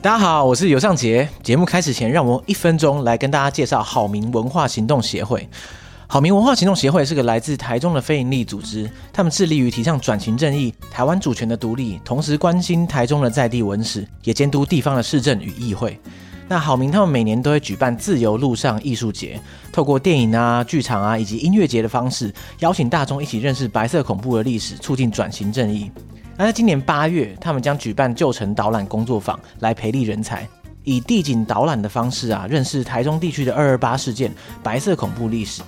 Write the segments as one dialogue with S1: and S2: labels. S1: 大家好，我是尤尚杰。节目开始前，让我用一分钟来跟大家介绍好民文化行动协会。好民文化行动协会是个来自台中的非营利组织，他们致力于提倡转型正义、台湾主权的独立，同时关心台中的在地文史，也监督地方的市政与议会。那好明他们每年都会举办自由路上艺术节，透过电影啊、剧场啊以及音乐节的方式，邀请大众一起认识白色恐怖的历史，促进转型正义。那在今年八月，他们将举办旧城导览工作坊，来培力人才，以地景导览的方式啊，认识台中地区的二二八事件、白色恐怖历史。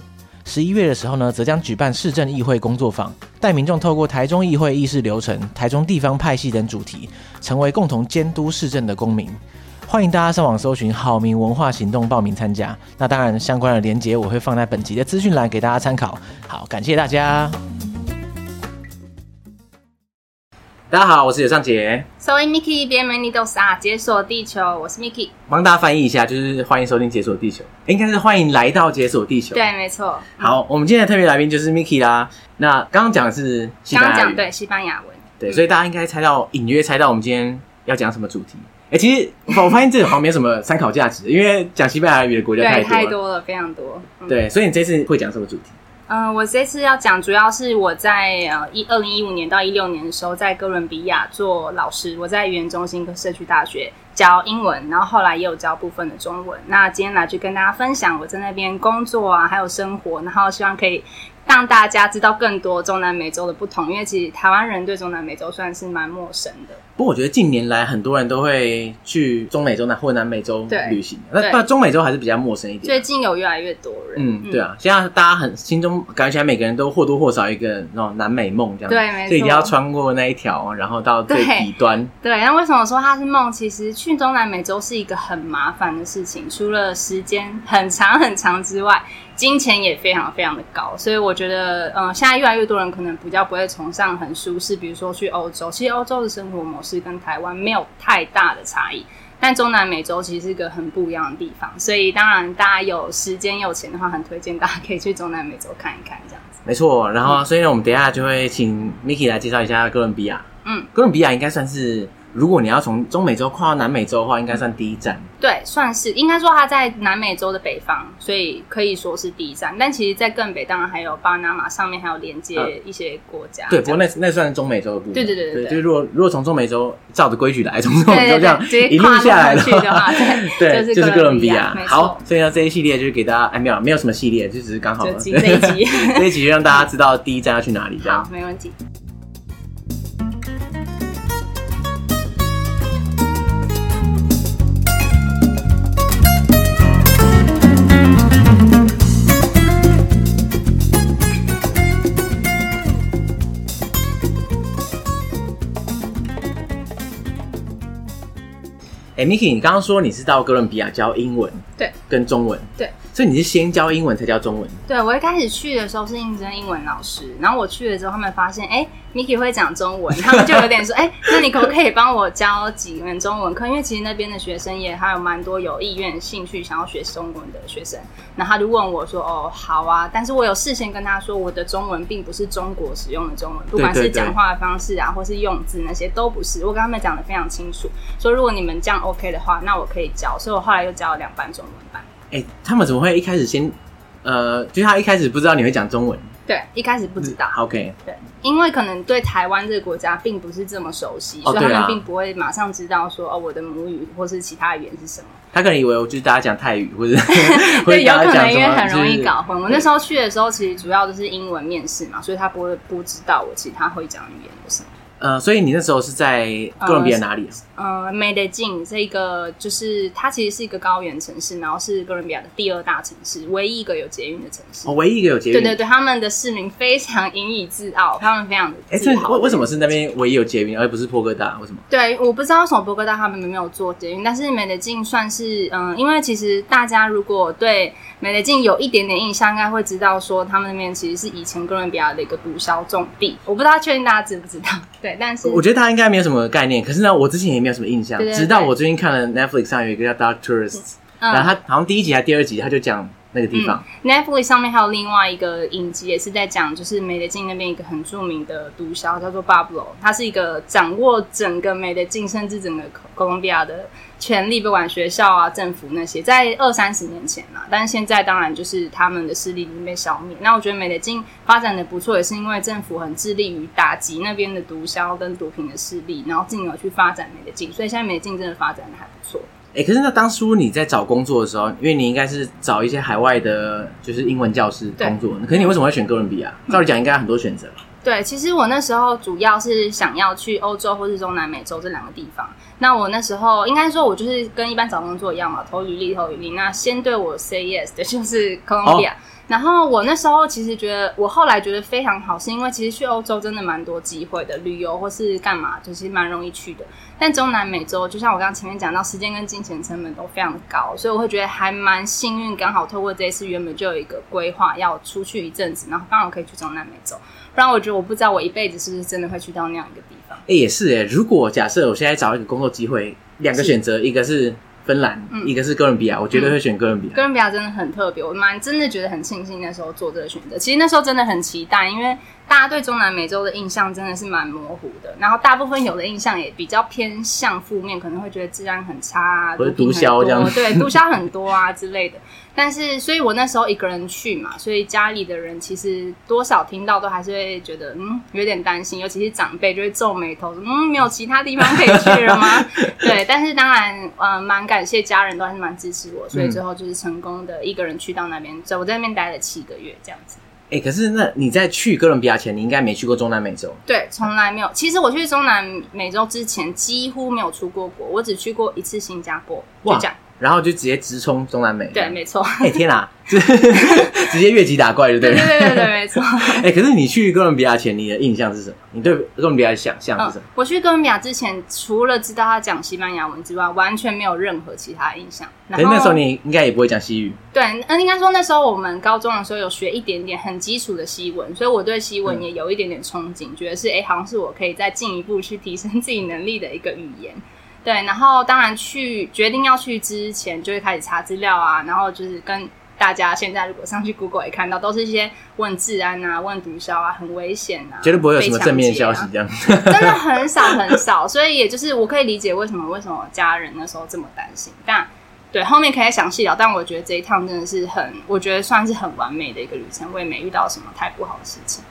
S1: 十一月的时候呢，则将举办市政议会工作坊，带民众透过台中议会议事流程、台中地方派系等主题，成为共同监督市政的公民。欢迎大家上网搜寻“好民文化行动”报名参加。那当然，相关的连结我会放在本集的资讯栏给大家参考。好，感谢大家。大家好，我是尤尚杰，
S2: So in Mickey bienvenidos a 啊解锁地球，我是 Mickey。
S1: 帮大家翻译一下，就是欢迎收听《解锁地球》，应该是欢迎来到《解锁地球》。
S2: 对，没错。
S1: 好，我们今天的特别来宾就是 Miki 啦。那刚刚讲的是西
S2: 刚
S1: 班
S2: 刚
S1: 牙
S2: 讲
S1: 语，
S2: 对西班牙文，
S1: 对所以大家应该猜到，隐约猜到我们今天要讲什么主题。哎、其实我我发现这好像没什么参考价值，因为讲西班牙语的国家太
S2: 对，太
S1: 多了。
S2: 多了，非常多。嗯，
S1: 对，所以你这次会讲什么主题？
S2: 嗯、我这次要讲主要是我在呃一二零一五年到一六年的时候，在哥伦比亚做老师，我在语言中心跟社区大学教英文，然后后来也有教部分的中文。那今天来去跟大家分享我在那边工作啊，还有生活，然后希望可以。让大家知道更多中南美洲的不同，因为其实台湾人对中南美洲算是蛮陌生的。
S1: 不过我觉得近年来很多人都会去中美洲南或南美洲
S2: 对
S1: 旅行，那
S2: 对
S1: 那中美洲还是比较陌生一点。
S2: 最近有越来越多人，
S1: 嗯，对啊，现在大家很心中感觉起来，每个人都或多或少一个那种南美梦这样，
S2: 对没错
S1: 所以一定要穿过那一条，然后到最
S2: 对
S1: 底端，
S2: 对，那为什么说它是梦？其实去中南美洲是一个很麻烦的事情，除了时间很长很长之外，金钱也非常非常的高。所以我觉得，嗯、现在越来越多人可能比较不会崇尚很舒适，比如说去欧洲。其实欧洲的生活模式跟台湾没有太大的差异。但中南美洲其实是一个很不一样的地方，所以当然大家有时间有钱的话，很推荐大家可以去中南美洲看一看，这样子。
S1: 没错。然
S2: 嗯
S1: 后，所以呢，我们等一下就会请 Miki 来介绍一下哥伦比亚。
S2: 嗯，
S1: 哥伦比亚应该算是，如果你要从中美洲跨到南美洲的话，应该算第一站。
S2: 对，算是应该说它在南美洲的北方，所以可以说是第一站。但其实，在更北当然还有巴拿马，上面还有连接一些国家。
S1: 呃对，不过那那算是中美洲的部分。
S2: 对对对对对
S1: 就是如果如果从中美洲照着规矩来，从中美洲
S2: 对对
S1: 这样
S2: 对，直接
S1: 一路
S2: 跨
S1: 下来
S2: 过去的 话，对
S1: 对，
S2: 就是
S1: 哥伦
S2: 比
S1: 比
S2: 亚
S1: 亚。。
S2: 没错
S1: 好，，所以呢，这一系列就是给大家，哎，没有没有什么系列，就只是刚好
S2: 就今这一集。
S1: 这一集就让大家知道第一站要去哪里，这样
S2: 好，。 没问题。
S1: 哎、m i k i 你刚刚说你是到哥伦比亚教英文，
S2: 对，
S1: 跟中文，
S2: 对，
S1: 所以你是先教英文才教中文，
S2: 对我一开始去的时候是应征英文老师，然后我去了之后，他们发现哎、m i k i 会讲中文，他们就有点说哎、 那你可不可以帮我教几门中文课？因为其实那边的学生也还有蛮多有意愿、兴趣想要学中文的学生。然后他就问我说哦，好啊，但是我有事先跟他说，我的中文并不是中国使用的中文，不管
S1: 对
S2: 是
S1: 对
S2: 讲话的方式啊，或是用字那些都不是。我跟他们讲的非常清楚，说如果你们这样 OK 的话，那我可以教。所以我后来又教了两班中文班。
S1: 哎、他们怎么会一开始先，呃，就是他一开始不知道你会讲中文，
S2: 对，一开始不知道。
S1: ，OK，
S2: 对，因为可能对台湾这个国家并不是这么熟悉，
S1: 哦
S2: 所以他
S1: 对啊
S2: 们并不会马上知道说哦，我的母语或是其他语言是什么。
S1: 他可能以为我就是大家讲泰语，或 者或者
S2: 对，有
S1: 大
S2: 可
S1: 家讲
S2: 能
S1: 什
S2: 因为
S1: 么，
S2: 很容易搞混。我那
S1: 对
S2: 时候去的时候，其实主要就是英文面试嘛，所以他不会不知道我其他会讲的语言有什么。
S1: 呃，所以你那时候是在哥伦比亚哪里啊？
S2: 呃，美得进这个就是它其实是一个高原城市，然后是哥伦比亚的第二大城市，唯一一个有捷运的城市。
S1: 哦，唯一一个有捷
S2: 对
S1: 运，
S2: 对对，他们的市民非常引以自傲，他们非常的
S1: 哎、
S2: 自
S1: 这
S2: 豪。
S1: 为为什么是那边唯一有捷运，而不是波哥大？为什么？
S2: 对，我不知道为什么波哥大他们没有做捷运，但是美德进算是嗯，因为其实大家如果对美德进有一点点印象，应该会知道说他们那边其实是以前哥伦比亚的一个毒枭重地。我不知道确定大家知不知道，对，但是
S1: 我觉得大家应该没有什么概念，可是呢，我之前也没有什么印象，
S2: 对对对
S1: 直到我最近看了 Netflix 上有一个叫 Dark Tourist，、然后
S2: 嗯，
S1: 他好像第一集还是第二集，他就讲
S3: 那个地方。
S2: Netflix 上面还有另外一个影集，也是在讲就是美德进那边一个很著名的毒枭，叫做 Pablo，他是一个掌握整个美德进甚至整个哥伦比亚的权力，不管学校啊、政府那些，在二三十年前啊，但是现在当然就是他们的势力已经被消灭。那我觉得美德进发展的不错，也是因为政府很致力于打击那边的毒枭跟毒品的势力，然后进而去发展美德进，所以现在美德进真的发展的还不错。
S3: 哎、可是那当初你在找工作的时候，因为你应该是找一些海外的，就是英文教师
S2: 对
S3: 工作，可是你为什么会选哥伦比亚？照理讲应该很多选择吧。
S2: 对，其实我那时候主要是想要去欧洲或是中南美洲这两个地方。那我那时候应该说，我就是跟一般找工作一样嘛，投履历投履历。那先对我 say yes 的就是哥伦比亚。然后我那时候其实觉得，我后来觉得非常好，是因为其实去欧洲真的蛮多机会的，旅游或是干嘛，就其实蛮容易去的。但中南美洲，就像我刚刚前面讲到，时间跟金钱成本都非常的高，所以我会觉得还蛮幸运，刚好透过这一次原本就有一个规划要出去一阵子，然后刚好可以去中南美洲。不然我觉得我不知道我一辈子是不是真的会去到那样一个地方。
S3: 哎、也是哎、如果假设我现在找一个工作机会，两个
S2: 是
S3: 选择，一个是芬兰，
S2: 嗯
S3: 一个是哥伦比亚，我绝对会选哥伦比亚。
S2: 哥伦比亚真的很特别，我蛮真的觉得很庆幸那时候做这个选择。其实那时候真的很期待，因为大家对中南美洲的印象真的是蛮模糊的，然后大部分有的印象也比较偏向负面，可能会觉得治安很差、啊，
S3: 或者
S2: 毒品很
S3: 毒枭这样
S2: 多，对，毒枭很多啊之类的。但是，所以我那时候一个人去嘛，所以家里的人其实多少听到都还是会觉得，嗯，有点担心，尤其是长辈就会皱眉头，嗯，没有其他地方可以去了 吗？对，但是当然，呃，蛮感谢家人都还是蛮支持我，所以最后就是成功的一个人去到那边，所以我在那边待了七个月这样子。
S3: 哎、可是那你在去哥伦比亚前，你应该没去过中南美洲。
S2: 对，从来没有。其实我去中南美洲之前几乎没有出过国，我只去过一次新加坡，就
S3: 哇
S2: 这样。
S3: 然后就直接直冲中南美。
S2: 对，没错，
S3: 哎、天哪，这 直接越级打怪，对不
S2: 对
S3: 对？
S2: 对对对对，没错。
S3: 哎、可是你去哥伦比亚前，你的印象是什么？你对哥伦比亚的想象是什么？
S2: 我去哥伦比亚之前，除了知道他讲西班牙文之外，完全没有任何其他印象。然
S3: 可是
S2: 后
S3: 那时候你应该也不会讲西语，
S2: 对，呃那应该说那时候我们高中的时候有学一点点很基础的西文，所以我对西文也有一点点憧憬，觉得是哎、诶好像是我可以再进一步去提升自己能力的一个语言。对，然后当然去决定要去之前，就会开始查资料啊，然后就是跟大家现在如果上去 Google 也看到，都是一些问治安啊、问毒枭啊，很危险啊，
S3: 绝对不会有什么
S2: 被
S3: 正面
S2: 抢劫
S3: 消
S2: 啊
S3: 息这样。
S2: 真的很少很少，所以也就是我可以理解为什么为什么家人那时候这么担心，但对后面可以再详细聊。但我觉得这一趟真的是很，我觉得算是很完美的一个旅程，我也没遇到什么太不好的事情。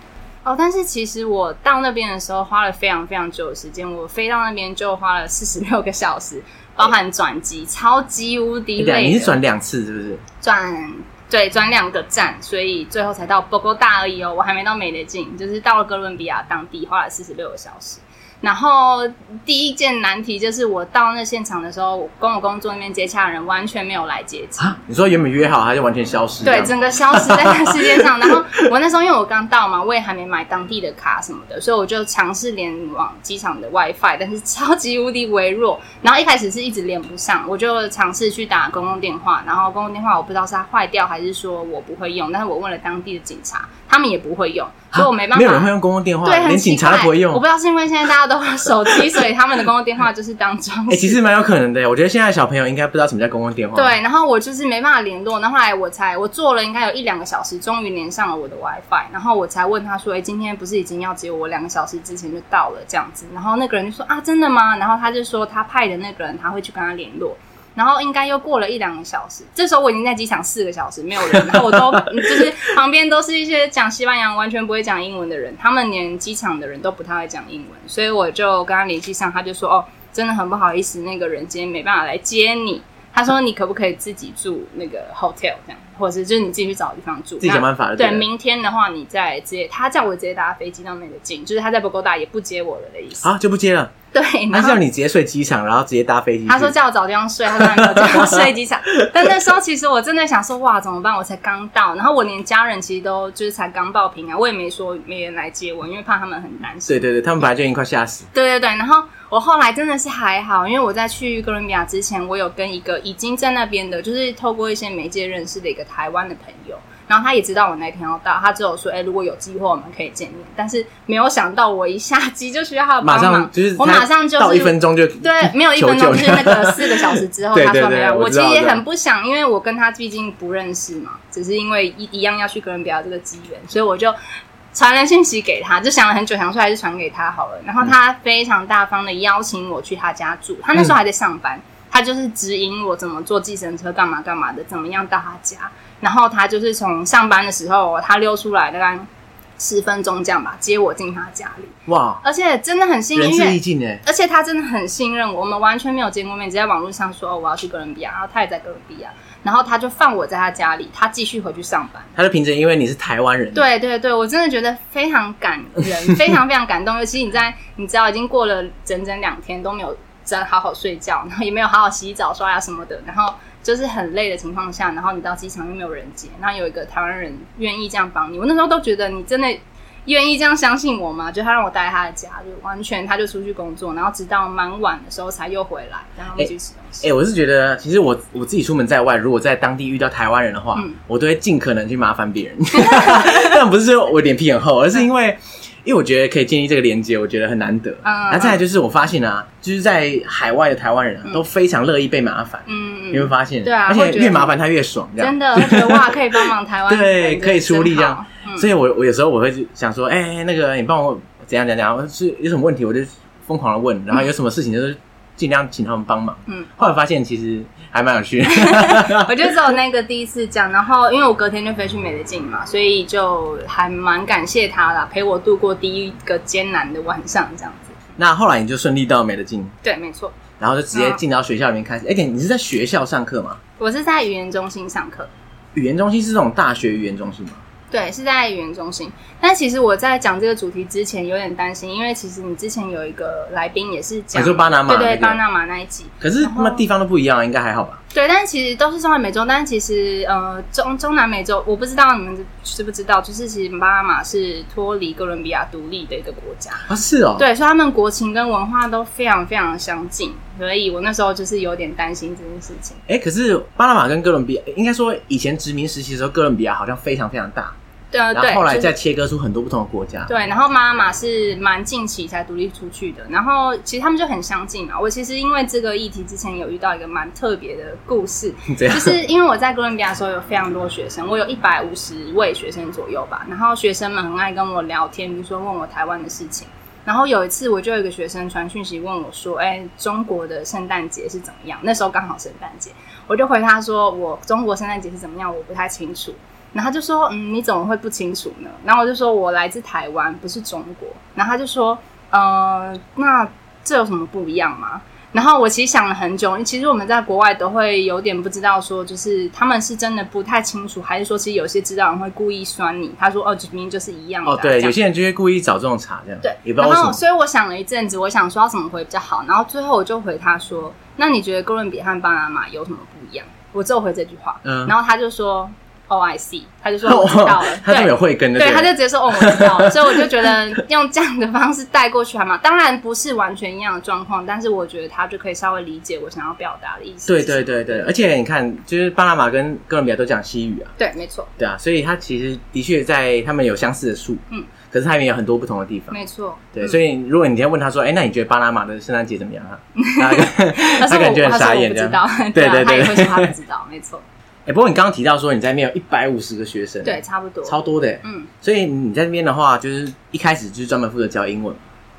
S2: 哦，但是其实我到那边的时候花了非常非常久的时间，我飞到那边就花了四十六个小时，包含转机，超级无敌
S3: 你哎等一下啊
S2: 累
S3: 你
S2: 的。
S3: 是转两次是不是？
S2: 转对转两个站，所以最后才到 Bogota 而已哦，我还没到美得境，就是到了哥伦比亚当地花了四十六个小时。然后第一件难题就是我到那现场的时候，跟我工作那边接洽的人完全没有来接机。
S3: 啊，你说原本约好，它就完全消失这
S2: 对，
S3: 样。
S2: 整个消失在那世界上。然后我那时候因为我刚到嘛，我也还没买当地的卡什么的，所以我就尝试连往机场的 WiFi，但是超级无敌微弱。然后一开始是一直连不上，我就尝试去打公共电话，然后公共电话我不知道是它坏掉还是说我不会用，但是我问了当地的警察，他们也不会 用，所以我没办
S3: 没
S2: 法。
S3: 有人会用公共电话
S2: 对，，很
S3: 连
S2: 奇
S3: 警
S2: 怪
S3: 察都不会用啊
S2: 我不。知道是因为现在大家都有手机， 所以他们的公共电话就是当装饰。
S3: 哎、其实蛮有可能的。我觉得现在的小朋友应该不知道什么叫公共电话。，
S2: 对，然后我就是没办法联络，然后后来我才我做了应该有一两个小时，终于连上了我的 WiFi，然后我才问他说：“哎，今天不是已经要只有我两个小时之前就到了这样子？”然后那个人就说：“啊，真的吗？”然后他就说他派的那个人他会去跟他联络。然后应该又过了一两个小时，这时候我已经在机场四个小时没有人，然后 我都就是旁边都是一些讲西班牙完全不会讲英文的人，他们连机场的人都不太会讲英文，所以我就跟他联系上，他就说哦，真的很不好意思，那个人今天没办法来接你。他说：“你可不可以自己住那个 hotel 这样，或者是就是你自己去找地方住？
S3: 自己想
S2: 那
S3: 办法就
S2: 对，
S3: 了
S2: 明天的话你再直接，他叫我直接搭飞机到那个境，就是他在博哥大也不接我了的意
S1: 啊
S2: 思。
S3: 好就不接了。
S2: 对，
S3: 啊他是
S2: 然后
S3: 叫你直接睡机场，然后直接搭飞机
S1: 嗯
S3: 去。
S2: 他说叫我找地方睡，他当然没有叫我睡机 场。但那时候其实我真的想说，哇，怎么办？我才刚到，然后我连家人其实都就是才刚报平啊安，我也没说没人来接我，因为怕他们很担心。
S3: 对对对，他们本来就已经快吓死。
S2: 对对对，然后我后来真的是还好，因为我在去哥伦比亚之前，我有跟一个已经在那边的，就是透过一些媒介认识的一个台湾的朋友，然后他也知道我那天要到，他只有说，哎、如果有机会我们可以见面。但是没有想到我一下机就需要他的
S1: 马
S2: 帮
S1: 上
S2: 忙，
S1: 就是
S2: 我
S1: 他
S2: 马上就
S1: 到一
S2: 是
S1: 分钟就
S2: 对，没有一
S1: 求
S2: 分钟，
S1: 救
S2: 就是那个四个小时之后，
S1: 对
S2: 他
S1: 对
S2: 说没
S1: 对
S2: 有。
S1: 我
S2: 我
S1: 知
S2: 其
S1: 道
S2: 实
S1: 我
S2: 也
S1: 知道
S2: 很不想，因为我跟他毕竟不认识嘛，只是因为一一样要去哥伦比亚这个机缘，所以我就传了信息给他，就想了很久，想说还是传给他好了。然后他
S1: 嗯
S2: 非常大方的邀请我去他家住，他那时候还在上班，他就是指引我怎么坐计程车，干嘛干嘛的，怎么样到他家。然后他就是从上班的时候，他溜出来大概十分钟这样吧，接我进他家里，
S1: 哇，
S2: 而且真的很幸运，
S1: 仁
S2: 因
S1: 至
S2: 为
S1: 义尽哎，
S2: 而且他真的很信任我，我们完全没有见过面，只在网络上说、哦、我要去哥伦比亚，然后他也在哥伦比亚，然后他就放我在他家里，他继续回去上班。
S1: 他就凭着因为你是台湾人，，
S2: 对对对，我真的觉得非常感人，非常非常感动。 尤其你在你知道已经过了整整两天都没有真好好睡觉，然后也没有好好洗澡、刷牙什么的，然后就是很累的情况下，然后你到机场又没有人接，然后有一个台湾人愿意这样帮你，我那时候都觉得你真的。愿意这样相信我吗？就他让我待在他的家，就完全他就出去工作，然后直到蛮晚的时候才又回来，然后我们一起吃东西。
S1: 哎、我是觉得，其实我我自己出门在外，如果在当地遇到台湾人的话，
S2: 嗯
S1: 我都会尽可能去麻烦 别人。但不是说我脸皮很厚，而是因为因为我觉得可以建立这个连接，我觉得很难得。
S2: 嗯
S1: 然后再来就是我发现啊，就是在海外的台湾人啊，都非常乐意被麻烦，
S2: 嗯，
S1: 你会发现，
S2: 对啊
S1: 而
S2: 会
S1: 且
S2: 觉得
S1: 越麻烦他越爽，这样
S2: 真的会觉得哇，可以帮忙台湾 人，
S1: 对，
S2: 真的
S1: 可以出力这
S2: 真
S1: 样
S2: 好。嗯
S1: 所以我我有时候我会想说，哎、那个你帮我怎样怎样怎样，是有什么问题我就疯狂的问，然后有什么事情就是尽量请他们帮忙。
S2: 嗯，
S1: 后来发现其实还蛮有趣的。
S2: 我就只有那个第一次这样，然后因为我隔天就飞去美德进嘛，所以就还蛮感谢他啦，陪我度过第一个艰难的晚上，这样子。
S1: 那后来你就顺利到美乐进，
S2: 对，没错，
S1: 然后就直接
S2: 嗯
S1: 进到学校里面开始。哎、且你是在学校上课吗？
S2: 我是在语言中心上课，
S1: 语言中心是这种大学语言中心吗？
S2: 对，是在语言中心。但其实我在讲这个主题之前有点担心，因为其实你之前有一个来宾也是讲，
S1: 你说巴拿马
S2: 对
S1: 那
S2: 对，
S1: 个
S2: 巴拿马那一集，
S1: 可是那地方都不一样，应该还好吧？
S2: 对，但其实都是中南美洲，但其实呃中中南美洲，我不知道你们知不知道，就是其实巴拿马是脱离哥伦比亚独立的一个国家。
S1: 啊，是哦。
S2: 对，所以他们国情跟文化都非常非常相近，所以我那时候就是有点担心这件事情。
S1: 哎、可是巴拿马跟哥伦比亚，应该说以前殖民时期的时候，哥伦比亚好像非常非常大，
S2: 对啊，
S1: 然后
S2: 对，
S1: 后来
S2: 就是
S1: 再切割出很多不同的国家。
S2: 对，然后妈妈是蛮近期才独立出去的，然后其实他们就很相近啊。我其实因为这个议题之前有遇到一个蛮特别的故事，
S1: 这样
S2: 就是因为我在哥伦比亚的时候有非常多学生，我有一百五十位学生左右吧，然后学生们很爱跟我聊天，比如说问我台湾的事情。然后有一次，我就有一个学生传讯息问我说：“哎，中国的圣诞节是怎么样？”那时候刚好圣诞节，我就回他说：“我中国圣诞节是怎么样，我不太清楚。”然后他就说：“嗯，你怎么会不清楚呢？”然后我就说：“我来自台湾，不是中国。”然后他就说：“呃，那这有什么不一样吗？”然后我其实想了很久，其实我们在国外都会有点不知道，说就是他们是真的不太清楚，还是说其实有些指导人会故意酸你？他说：“哦，明明就是一样的啊、
S1: 哦，对，
S2: 这
S1: 有
S2: 样
S1: 些人就会故意找这种茬，这样
S2: 对，
S1: 也不知道
S2: 然
S1: 为什
S2: 后
S1: 么。
S2: 所以我想了一阵子，我想说要怎么回比较好，然后最后我就回他说：“那你觉得哥伦比亚和巴拿马有什么不一样？”我只有回这句话，
S1: 嗯哦
S2: 然后他就说：“Oh, I see。”他就说：“我知道了。
S1: 他这么
S2: 对
S1: 有慧根的，
S2: 对，他就直接说：“哦，我知 道了。”所以我就觉得用这样的方式带过去还蛮，当然不是完全一样的状况，但是我觉得他就可以稍微理解我想要表达的意思。
S1: 对对对对，而且你看，就是巴拿马跟哥伦比亚都讲西语啊，
S2: 对，没错，
S1: 对啊，所以他其实的确在他们有相似的处，
S2: 嗯，
S1: 可是他们也有很多不同的地方。
S2: 没错。
S1: 对，
S2: 嗯
S1: 所以如果你今天问他说，哎，那你觉得巴拿马的圣诞节怎么样 啊？他
S2: 但是
S1: 他
S2: 我
S1: 感觉很
S2: 他说
S1: 傻
S2: 我
S1: 眼
S2: 不
S1: 这
S2: 知
S1: 样。
S2: 道，
S1: 对
S2: 啊
S1: 对对
S2: 他也会说他不知道，没错，
S1: 哎，不过你刚刚提到说你在那边有一百五十个学生，
S2: 对，，差不多，
S1: 超多的。
S2: 嗯。
S1: 所以你在那边的话，就是一开始就是专门负责教英文，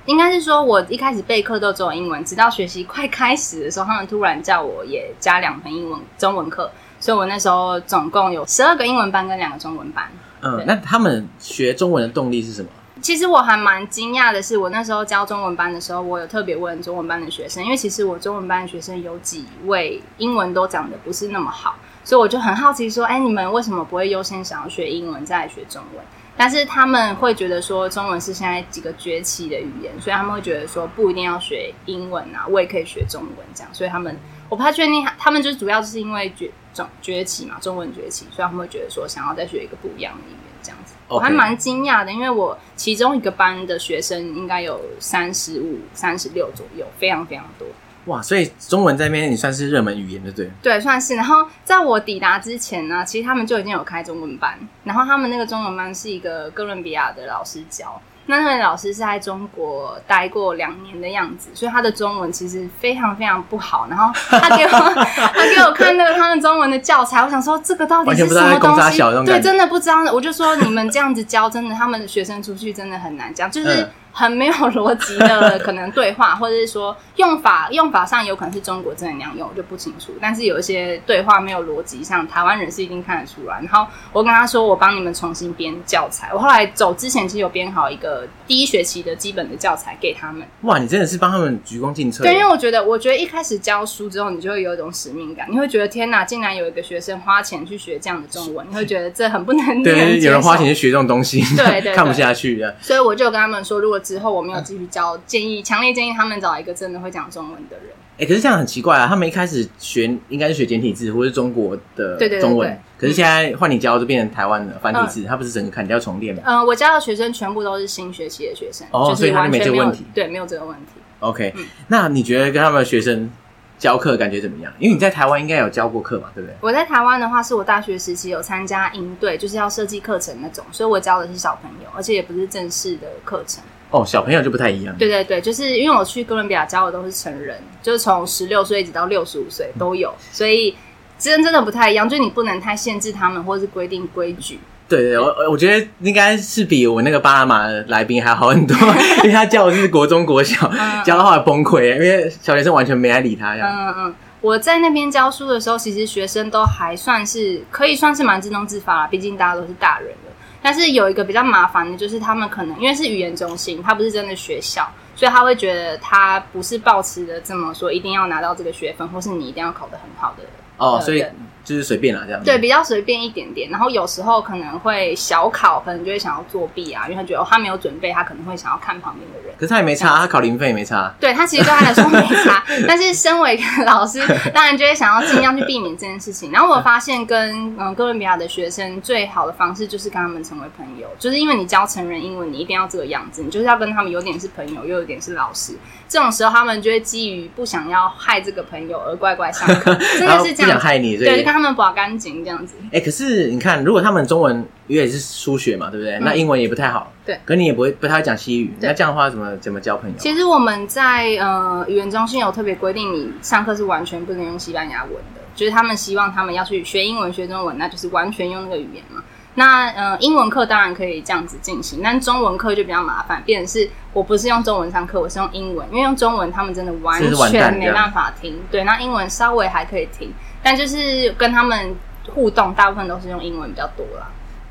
S2: 应该是说，我一开始备课都只有英文，直到学习快开始的时候，他们突然叫我也加两门英文中文课，所以我那时候总共有十二个英文班跟两个中文班。
S1: 嗯
S2: 对，
S1: 那他们学中文的动力是什么？
S2: 其实我还蛮惊讶的是，我那时候教中文班的时候，我有特别问中文班的学生，因为其实我中文班的学生有几位英文都讲的不是那么好，所以我就很好奇说，哎，你们为什么不会优先想要学英文再来学中文？但是他们会觉得说，中文是现在几个崛起的语言，所以他们会觉得说，不一定要学英文啊，我也可以学中文这样。所以他们，我不太确定，他们就是主要就是因为崛中崛起嘛，中文崛起，所以他们会觉得说，想要再学一个不一样的语言这样子。我还
S1: OK
S2: 蛮惊讶的，因为我其中一个班的学生应该有三十五、三十六左右，非常非常多。
S1: 哇，所以中文在那边也算是热门语言，对不对？
S2: 对，算是。然后在我抵达之前呢，其实他们就已经有开中文班，然后他们那个中文班是一个哥伦比亚的老师教。那那个老师是在中国待过两年的样子，所以他的中文其实非常非常不好。然后他给我 他给我看那个他们中文的教材，我想说这个到底
S1: 完
S2: 是
S1: 全不
S2: 什
S1: 知道
S2: 么
S1: 在公
S2: 东
S1: 差
S2: 西
S1: 小那？种
S2: 对，
S1: 感觉
S2: 真的不知道。我就说你们这样子教，真的他们的学生出去真的很难教，就
S1: 嗯
S2: 是很没有逻辑的可能对话，或者是说用法 用法上有可能是中国真的那样用，我就不清楚。但是有一些对话没有逻辑上，台湾人是一定看得出来。然后我跟他说，我帮你们重新编教材。我后来走之前，其实有编好一个第一学期的基本的教材给他们。
S1: 哇，你真的是帮他们鞠躬尽瘁。
S2: 对，因为我觉得，我觉得一开始教书之后，你就会有一种使命感，你会觉得天哪，竟然有一个学生花钱去学这样的中文，你会觉得这很不能
S1: 对，
S2: 接
S1: 有人花
S2: 受
S1: 钱去学这种东西，
S2: 对对
S1: 看不下去的。
S2: 所以我就跟他们说，如果之后我
S1: 嗯
S2: 没有继续教，建议强烈建议他们找一个真的会讲中文的人。
S1: 哎、可是这样很奇怪啊！他们一开始学应该是学简体字或是中国的
S2: 对对对
S1: 中文，
S2: 对嗯
S1: 可是现在换你教就变成台湾的繁体字，他不是整个砍掉重练吗
S2: 呃，我教的学生全部都是新学期的学生，
S1: 哦
S2: 就
S1: 所以
S2: 是
S1: 他就
S2: 完
S1: 没这
S2: 全
S1: 个
S2: 没有
S1: 问题
S2: 对，没有这个问题。
S1: ？OK，、那
S2: 嗯
S1: 你觉得跟他们的学生教课感觉怎么样？因为你在台湾应该有教过课嘛，对不对？
S2: 我在台湾的话，是我大学时期有参加营队，就是要设计课程那种，所以我教的是小朋友，而且也不是正式的课程。
S1: 哦，小朋友就不太一样。
S2: 对对对，就是因为我去哥伦比亚教的都是成人，就是从十六岁一直到六十五岁都有，所以真真的不太一样，就是你不能太限制他们，或是规定规矩。
S1: 对对，我我觉得应该是比我那个巴拿马的来宾还好很多， 因为他教的是国中国小，教到后来崩溃，因为小学生完全没来理他这样。
S2: 嗯嗯，我在那边教书的时候，其实学生都还算是可以算是蛮自动自发啦，毕竟大家都是大人了。但是有一个比较麻烦的，就是他们可能因为是语言中心，他不是真的学校，所以他会觉得他不是抱持的这么说，一定要拿到这个学分，或是你一定要考得很好的
S1: 哦，
S2: 对
S1: 所以
S2: 对
S1: 就是随便啦这样。
S2: 对，，比较随便一点点。然后有时候可能会小考，可能就会想要作弊啊，因为他觉得、哦、他没有准备，他可能会想要看旁边的人。
S1: 可是他也没差，他考零分也没差。
S2: 对他其实对他来说没差，但是身为一个老师，当然就会想要尽量去避免这件事情。然后我发现跟嗯哥伦比亚的学生最好的方式就是跟他们成为朋友，就是因为你教成人英文，你一定要这个样子，你就是要跟他们有点是朋友，又有点是老师。这种时候，他们就会基于不想要害这个朋友而乖乖上 课，真
S1: 然
S2: 的
S1: 后
S2: 是
S1: 不
S2: 这样
S1: 想
S2: 子。
S1: 害你，所
S2: 对，就
S1: 以
S2: 跟他们把干净这样子。
S1: 哎、可是你看，如果他们中文因为也是初学嘛，对不对？那英文也不太好，
S2: 嗯对
S1: 可你也不会不太会讲西语，
S2: 对
S1: 那这样的话怎么怎么交朋友？啊
S2: 其实我们在呃语言中心有特别规定，你上课是完全不能用西班牙文的，就是他们希望他们要去学英文、学中文，那就是完全用那个语言嘛。那呃，英文课当然可以这样子进行，但中文课就比较麻烦，变成是我不是用中文上课，我是用英文，因为用中文他们真的完
S1: 是完蛋
S2: 全
S1: 这
S2: 没
S1: 样
S2: 办法听。对，那英文稍微还可以听，但就是跟他们互动，大部分都是用英文比较多啦。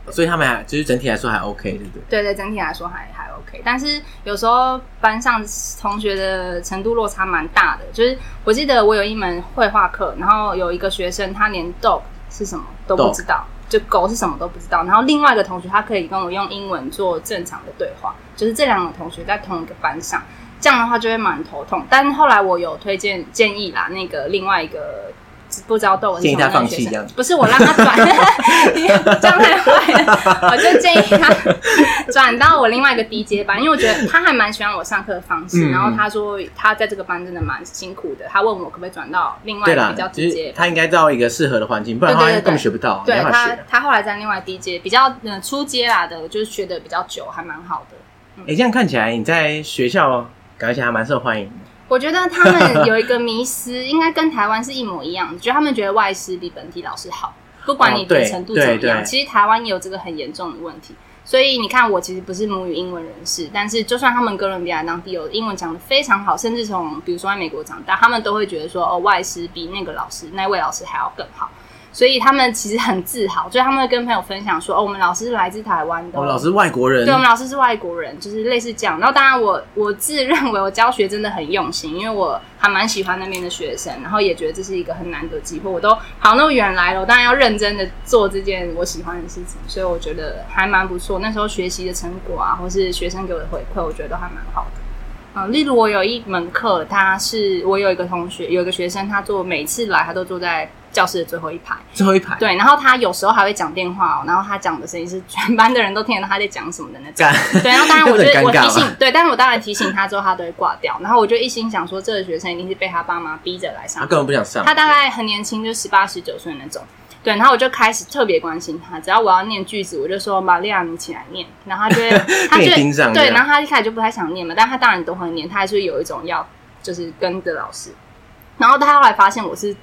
S1: 所以他们还就是整体来说还 OK，对不对？
S2: 对对，整体来说还还 OK，但是有时候班上同学的程度落差蛮大的。就是我记得我有一门绘画课，然后有一个学生他连 dog 是什么都不
S1: Dog
S2: 知道，就狗是什么都不知道。然后另外一个同学他可以跟我用英文做正常的对话，就是这两个同学在同一个班上，这样的话就会蛮头痛。但后来我有推荐建议啦，那个另外一个。不知道豆文是
S1: 建议
S2: 什么
S1: 他
S2: 样的
S1: 放
S2: 学
S1: 弃这
S2: 生
S1: 样，
S2: 不是我让他转， 这样太坏了。 我就建议他转到我另外一个低阶班，因为我觉得他还蛮喜欢我上课的方式。
S1: 嗯
S2: 然后他说他在这个班真的蛮辛苦的，他问我可不可以转到另外
S1: 对
S2: 一个
S1: 啦
S2: 比较，低
S1: 就
S2: 阶
S1: 是。他应该到一个适合的环境，不然的话
S2: 对对对对
S1: 根本学不到，没
S2: 对
S1: 办法
S2: 他
S1: 学。，
S2: 他后来在另外低阶比较嗯初阶啦的，就是学的比较久，还蛮好的。
S1: 哎、这样看起来你在学校感觉还蛮受欢迎的。
S2: 我觉得他们有一个迷思，应该跟台湾是一模一样的，就他们觉得外师比本地老师好，不管
S1: 哦
S2: 你
S1: 对
S2: 的程度怎么
S1: 对
S2: 样。
S1: 对
S2: 其实台湾也有这个很严重的问题，所以你看，我其实不是母语英文人士，但是就算他们哥伦比亚当地有英文讲的非常好，甚至从比如说在美国长大，他们都会觉得说哦，外师比那个老师那位老师还要更好。所以他们其实很自豪，就是他们会跟朋友分享说：“哦，我们老师是来自台湾的哦，
S1: 哦，老师外国人
S2: 对，我们老师是外国人，就是类似这样。然后当然我我自认为我教学真的很用心，因为我还蛮喜欢那边的学生，然后也觉得这是一个很难得的机会。我都跑那么远来了，我当然要认真的做这件我喜欢的事情，所以我觉得还蛮不错。那时候学习的成果啊，或是学生给我的回馈，我觉得都还蛮好的。嗯，例如我有一门课，他是我有一个同学，有一个学生，他坐每次来他都坐在教室的最后一排，
S1: 最后一排，
S2: 对，然后他有时候还会讲电话、哦，然后他讲的声音是全班的人都听得到他在讲什么的那种。
S1: 干，
S2: 对，然后当然我觉
S1: 那
S2: 得
S1: 不
S2: 我
S1: 很尴尬
S2: 提
S1: 吗
S2: 醒，对，但是我当然提醒他之后，他都会挂掉。然后我就一心想说，这个学生一定是被他爸妈逼着来上
S1: 他
S2: 课，
S1: 根本不想上。
S2: 他大概很年轻，就十八十九岁那种。对，然后我就开始特别关心他，只要我要念句子，我就说玛利亚，你起来念。然后他就 会，他就
S1: 被你盯上
S2: 会
S1: 这
S2: 对，
S1: 样
S2: 然后他一开始就不太想念嘛，但他当然都会念，他还是有一种要就是跟着老师。然后他后来发现我是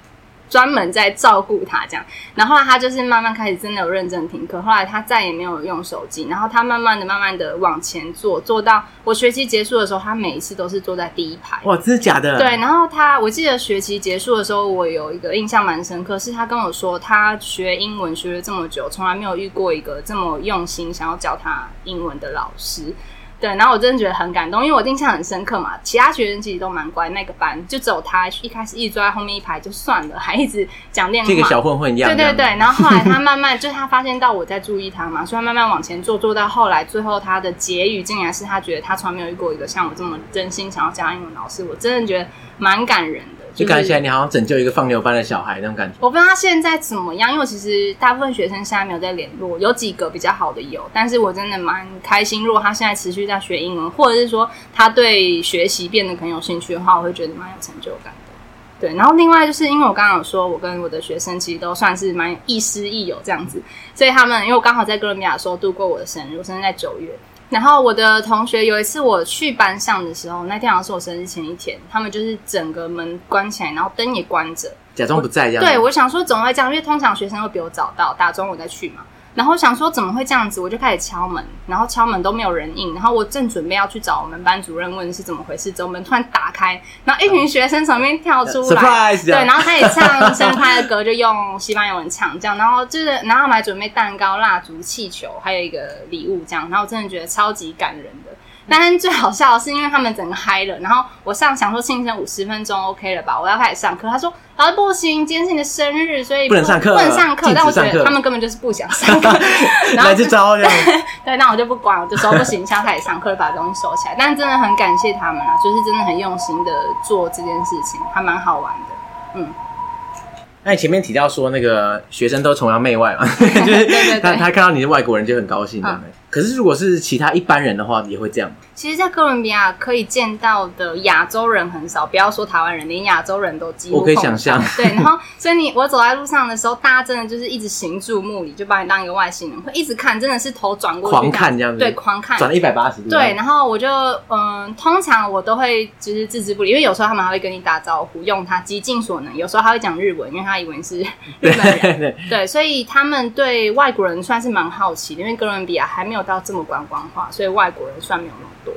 S2: 专门在照顾他这样，然后后来他就是慢慢开始真的有认真听课，后来他再也没有用手机，然后他慢慢的、慢慢的往前坐，坐到我学期结束的时候，他每一次都是坐在第一排。
S1: 哇，真的假的？
S2: 对，，然后他，我记得学期结束的时候，我有一个印象蛮深刻，是他跟我说，他学英文学了这么久，从来没有遇过一个这么用心想要教他英文的老师。对，然后我真的觉得很感动，因为我印象很深刻嘛。其他学生其实都蛮乖，那个班就只有他一开始一直坐在后面一排就算了，还一直讲电话。
S1: 这个小混混一样。
S2: 对对
S1: 这
S2: 对
S1: 样，
S2: 然后后来他慢慢就是他发现到我在注意他嘛， 所以他慢慢往前做，做到后来最后他的结语竟然是他觉得他从来没有遇过一个像我这么真心想要教英文老师，我真的觉得蛮感人的，
S1: 就是感觉起来你好像拯救一个放牛班的小孩那种感觉。
S2: 我不知道他现在怎么样，因为我其实大部分学生现在没有在联络，有几个比较好的有，但是我真的蛮开心。如果他现在持续在学英文，或者是说他对学习变得很有兴趣的话，我会觉得蛮有成就感的。对，然后另外就是因为我刚刚有说，我跟我的学生其实都算是蛮亦师亦友这样子，所以他们因为我刚好在哥伦比亚的时候度过我的生日，我生日在九月。然后我的同学有一次我去班上的时候，那天好像是我生日前一天，他们就是整个门关起来，然后灯也关着，
S1: 假装不在这样。
S2: 对，我想说怎么会这样？因为通常学生会比我早到，打钟我再去嘛。然后我想说怎么会这样子，我就开始敲门，然后敲门都没有人应，然后我正准备要去找我们班主任问是怎么回事，之后门突然打开，然后一群学生从那边跳出来
S1: 呃 Surprise，这
S2: 对，
S1: 样
S2: 然后他也唱生拍的歌，就用西班牙文唱这样，然后就是然后他们还准备蛋糕、蜡烛、气球，还有一个礼物这样，然后我真的觉得超级感人的。但是最好笑的是，因为他们整个嗨了，然后我上想说庆生五十分钟 OK 了吧，我要开始上课。他说老师不行，今天是你的生日，所以
S1: 不能上课
S2: 不能上课
S1: 禁。止
S2: 但我觉
S1: 上
S2: 得
S1: 课
S2: 他们根本就是不想上课，然后
S1: 来这招这 样。
S2: 对，那我就不管，我就说不行，下开始上课就把东西收起来。但真的很感谢他们啦，就是真的很用心的做这件事情，还蛮好玩的。
S1: 那哎你前面提到说那个学生都崇洋媚外嘛，就是
S2: 对对对 啊
S1: 他他看到你是外国人就很高兴这样的。可是如果是其他一般人的话，也会这样吗。
S2: 其实，在哥伦比亚可以见到的亚洲人很少，不要说台湾人，连亚洲人都几乎
S1: 我可以
S2: 碰不
S1: 想象
S2: 到。对，然后，所以你我走在路上的时候，大家真的就是一直行注目礼，就把你当一个外星人，会一直看，真的是头转过去
S1: 狂看这样子
S2: 对，狂看，
S1: 转了一百八十度。
S2: 对，，然后我就嗯，通常我都会就是置之不理，因为有时候他们还会跟你打招呼，用他极尽所能。有时候他会讲日文，因为他以为你是日 本人。
S1: 对，
S2: 对，所以他们对外国人算是蛮好奇的，因为哥伦比亚还没有到这么观光化，所以外国人算没有那么多。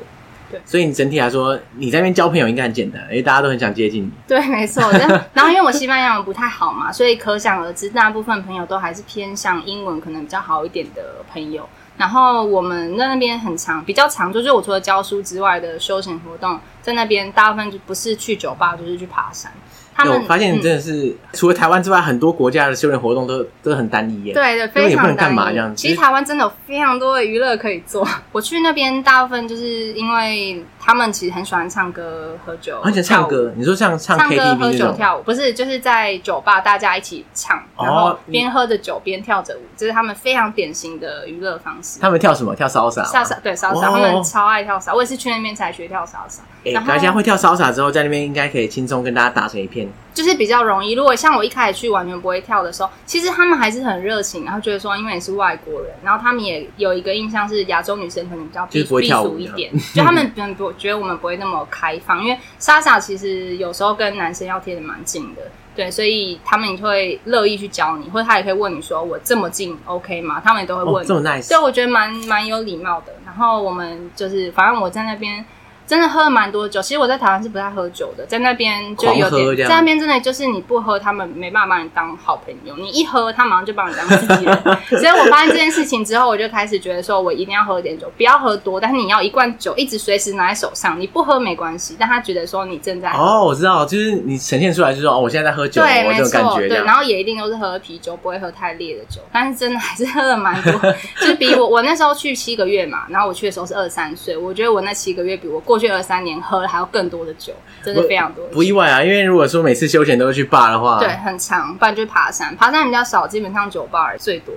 S1: 所以你整体来说，你在那边交朋友应该很简单，因为大家都很想接近你。
S2: 对，没错。 但然后因为我西班牙文不太好嘛，所以可想而知，大部分朋友都还是偏向英文可能比较好一点的朋友。然后我们在那边很常比较常做，就是我除了教书之外的休闲活动，在那边大部分就不是去酒吧，就是去爬山。他
S1: 对
S2: 们
S1: 我发现
S2: 嗯
S1: 你真的是、除了台湾之外，很多国家的休闲活动都都很单一耶。
S2: 对对，
S1: 因为
S2: 非
S1: 也不
S2: 常
S1: 能干嘛
S2: 单一
S1: 这样
S2: 其实
S1: 就是
S2: 台湾真的有非常多的娱乐可以做。 我去那边大部分就是因为他们其实很喜欢唱歌、喝酒、
S1: 而且
S2: 跳
S1: 唱
S2: 舞
S1: 歌，你说像唱
S2: 唱歌、喝
S1: KTV 那
S2: 酒、
S1: 种，
S2: 跳舞，不是就是在酒吧大家一起唱，
S1: 哦
S2: 然后边喝着酒边跳着舞，这是他们非常典型的娱乐方式。
S1: 他们跳什么？跳 salsa 吗。
S2: salsa 对 salsa，
S1: 哦
S2: 他们超爱跳 salsa，我也是去那边才学跳 salsa，
S1: 哎，
S2: 然后
S1: 大家会跳 salsa 之后，在那边应该可以轻松跟大家打成一片。
S2: 就是比较容易。如果像我一开始去完全不会跳的时候，其实他们还是很热情，然后觉得说因为你是外国人，然后他们也有一个印象是亚洲女生可能比较
S1: 就
S2: 避
S1: 是不会
S2: 避
S1: 跳舞
S2: 俗一
S1: 这样
S2: 点，就他们可能不觉得我们不会那么开放，因为莎莎其实有时候跟男生要贴的蛮近的。对，所以他们会乐意去教你，或者他也可以问你说：“我这么近，OK 吗？”他们也都会问
S1: 哦，
S2: 你
S1: 这么 nice
S2: 对，。我觉得蛮蛮有礼貌的。然后我们就是，反正我在那边真的喝了蛮多酒。其实我在台湾是不太喝酒的，在那边就有
S1: 狂喝这
S2: 点，
S1: 样
S2: 在那边真的就是你不喝，他们没办法把你当好朋友；你一喝，他马上就把你当自己人。 所以我发现这件事情之后，我就开始觉得说，我一定要喝点酒，不要喝多，但是你要一罐酒一直随时拿在手上，你不喝没关系。但他觉得说你正在喝
S1: 哦，我知道，就是你呈现出来就是说，哦，我现在在喝酒，
S2: 对，
S1: 我
S2: 没
S1: 这种感
S2: 错，
S1: 觉这
S2: 对，
S1: 样
S2: 然。后也一定都是喝啤酒，不会喝太烈的酒，但是真的还是喝 了蛮多，就是比我我那时候去七个月嘛，然后我去的时候是二三岁，我觉得我那七个月比我过过去二三年喝了还有更多的酒，真的非常多的
S1: 不啊
S2: 酒。
S1: 意外啊，因为如果说每次休闲都会去坝的话，
S2: 对，，很长，不然就是爬山，爬山比较少，基本上酒吧最多。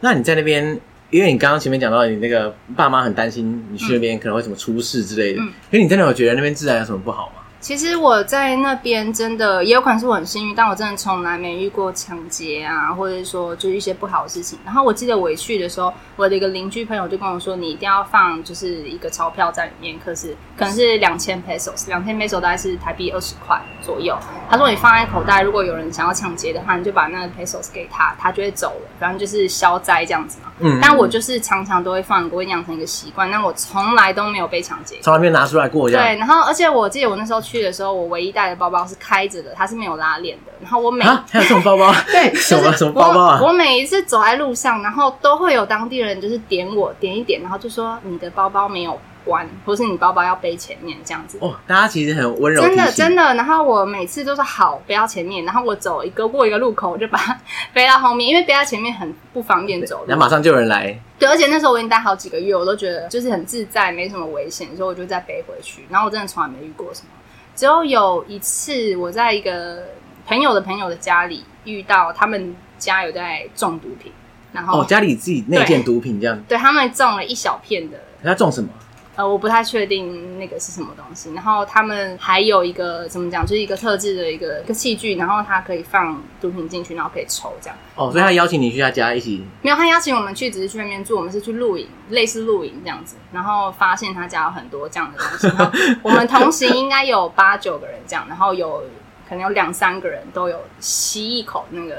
S1: 那你在那边，因为你刚刚前面讲到你那个爸妈很担心你去那边可能会什么出事之类的，
S2: 嗯
S1: 可是你真的有觉得那边自然有什么不好吗？
S2: 其实我在那边真的也有可能是我很幸运，但我真的从来没遇过抢劫啊，或者说就是一些不好的事情。然后我记得我一去的时候，我的一个邻居朋友就跟我说，你一定要放就是一个钞票在里面，可是可能是两千 pesos，两千 pesos 大概是台币二十块左右。他说你放在口袋，如果有人想要抢劫的话，你就把那个 pesos 给他，他就会走了，反正就是消灾这样子嘛。
S1: 嗯
S2: 但我就是常常都会放，我会养成一个习惯，但我从来都没有被抢劫过
S1: 从来没有拿出来过这样
S2: 对，然后而且我记得我那时候去的时候，我唯一带的包包是开着的，它是没有拉链的。然后我每、
S1: 啊？还有这种包包？
S2: 对
S1: 什
S2: 就
S1: 么
S2: 是
S1: 什么包包
S2: 我？
S1: 啊？
S2: 我每一次走在路上，然后都会有当地人就是点我点一点，然后就说你的包包没有关，或是你包包要背前面这样子。
S1: 哦，大家其实很温柔，
S2: 真的真
S1: 的，
S2: 的，然后我每次都说好，不要前面，然后我走一个过一个路口，我就把它 背到后面，因为背到前面很不方便走路
S1: 然后。马上就有人来，
S2: 对，而且那时候我已经待好几个月，我都觉得就是很自在，没什么危险，所以我就再背回去。然后我真的从来没遇过什么，只有有一次我在一个朋友的朋友的家里遇到，他们家有在种毒品，然后、
S1: 哦，家里自己内建毒品这样，
S2: 对他们种了一小片的
S1: 他种什么？
S2: 呃，我不太确定那个是什么东西。然后他们还有一个怎么讲，就是一个特制的一个一个器具，然后它可以放毒品进去，然后可以抽这样。
S1: 哦，所以他邀请你去他家一起，
S2: 没有，他邀请我们去，只是去那边住，我们是去露营，类似露营这样子。然后发现他家有很多这样的东西。然后我们同行应该有八九个人这样，然后有可能有两三个人都有吸一口那个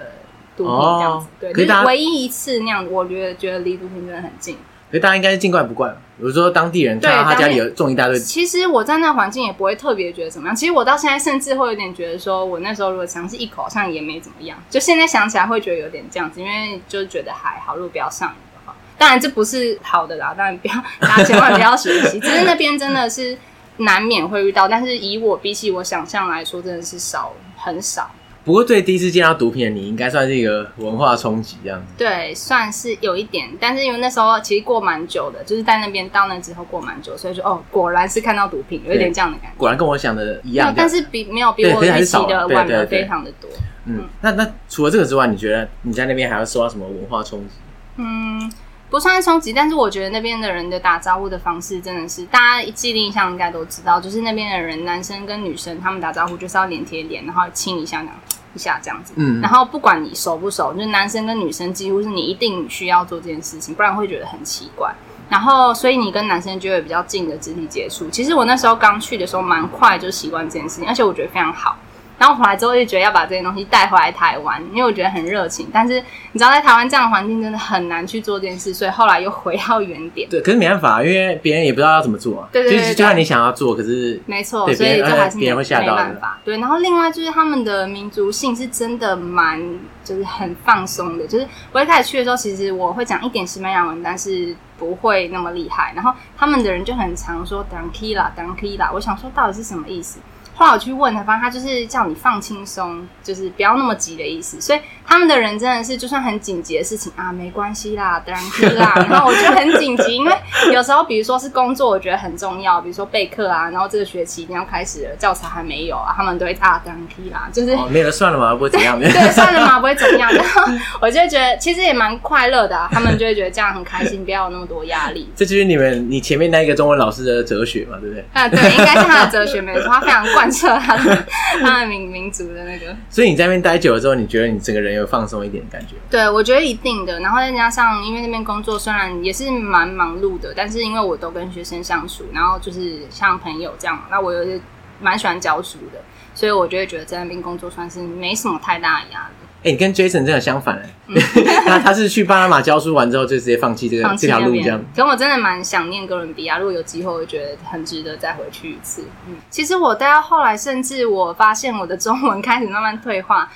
S2: 毒品这样子。
S1: 哦
S2: 对，
S1: 可是
S2: 就
S1: 大
S2: 是
S1: 家
S2: 唯一一次那样，我觉得觉得离毒品真的很近。
S1: 可是大家应该是见怪不怪吧。比如说当地人
S2: 对
S1: 看到他
S2: 当
S1: 家
S2: 地
S1: 里有种一大堆，
S2: 其实我在那个环境也不会特别觉得怎么样。其实我到现在甚至会有点觉得说，我那时候如果尝试一口，好像也没怎么样。就现在想起来会觉得有点这样子，因为就是觉得还好，如果不要上瘾的话，当然这不是好的啦，当然不要，大家千万不要学习。只是那边真的是难免会遇到，但是以我比起我想象来说，真的是少很少。
S1: 不过对第一次见到毒品的你，应该算是一个文化冲击这样。
S2: 对，算是有一点，但是因为那时候其实过蛮久的，就是在那边到那之后过蛮久，所以就哦，果然是看到毒品，有一点这样的感觉。
S1: 果然跟我想的一
S2: 没
S1: 样
S2: 有，
S1: 这样，
S2: 但是比没有比
S1: 对
S2: 我
S1: 可是还
S2: 预
S1: 是
S2: 期
S1: 少
S2: 的
S1: 了对
S2: 晚
S1: 对
S2: 的
S1: 对
S2: 非常的多。
S1: 嗯，那那除了这个之外，你觉得你在那边还要受到什么文化冲击？
S2: 嗯，不算是冲击，但是我觉得那边的人的打招呼的方式真的是大家既定印象应该都知道，就是那边的人，男生跟女生他们打招呼就是要脸贴脸，然后亲一下这样。一下这样子，
S1: 嗯
S2: 然后不管你熟不熟，就是男生跟女生几乎是你一定需要做这件事情，不然会觉得很奇怪。然后，所以你跟男生就会比较近的肢体接触。其实我那时候刚去的时候，蛮快就习惯这件事情，而且我觉得非常好。然后回来之后就觉得要把这些东西带回来台湾，因为我觉得很热情。但是你知道，在台湾这样的环境真的很难去做这件事，所以后来又回到原点。
S1: 对，可是没办法，因为别人也不知道要怎么做啊。
S2: 对对对
S1: 就是
S2: 对
S1: 就算你想要做，可是
S2: 没错，
S1: 对
S2: 所以
S1: 别
S2: 就
S1: 人哎
S2: 还是
S1: 别人会吓
S2: 没
S1: 到的
S2: 办法。对，然后另外就是他们的民族性是真的蛮就是很放松的，就是我一开始去的时候，其实我会讲一点西班牙文，但是不会那么厉害。然后他们的人就很常说 “tranquila tranquila”，我想说到底是什么意思？后来我去问他，发现他就是叫你放轻松，就是不要那么急的意思。所以他们的人真的是，就算很紧急的事情啊，没关系啦，当然可以啦。然后我就很紧急，因为有时候比如说是工作，我觉得很重要，比如说备课啊，然后这个学期一定要开始了，教材还没有啊，他们都会啊，当然可以啦，就是
S1: 哦没有了算了嘛，不会怎样的。
S2: 对，算了嘛，不会怎样。然后我就会觉得其实也蛮快乐的、啊，他们就会觉得这样很开心，不要有那么多压力。
S1: 这就是你们你前面那一个中文老师的哲学嘛，对不对？
S2: 啊，对，应该是他的哲学没错，他非常贯彻他的他的民民族的那个。
S1: 所以你在那边待久了之后，你觉得你整个人有放松一点的感觉？
S2: 对，我觉得一定的。然后再加上，因为那边工作虽然也是蛮忙碌的，但是因为我都跟学生相处，然后就是像朋友这样嘛，那我有蛮喜欢教书的，所以我就会觉得在那边工作算是没什么太大的压力。
S1: 哎、你跟 Jason 真的相反、欸，
S2: 嗯
S1: 他他是去巴拿马教书完之后就直接放弃这个
S2: 放
S1: 这
S2: 弃
S1: 条
S2: 那
S1: 路这样
S2: 边。，可我真的蛮想念哥伦比亚，如果有机会，我觉得很值得再回去一次。嗯，其实我待到后来，甚至我发现我的中文开始慢慢退化，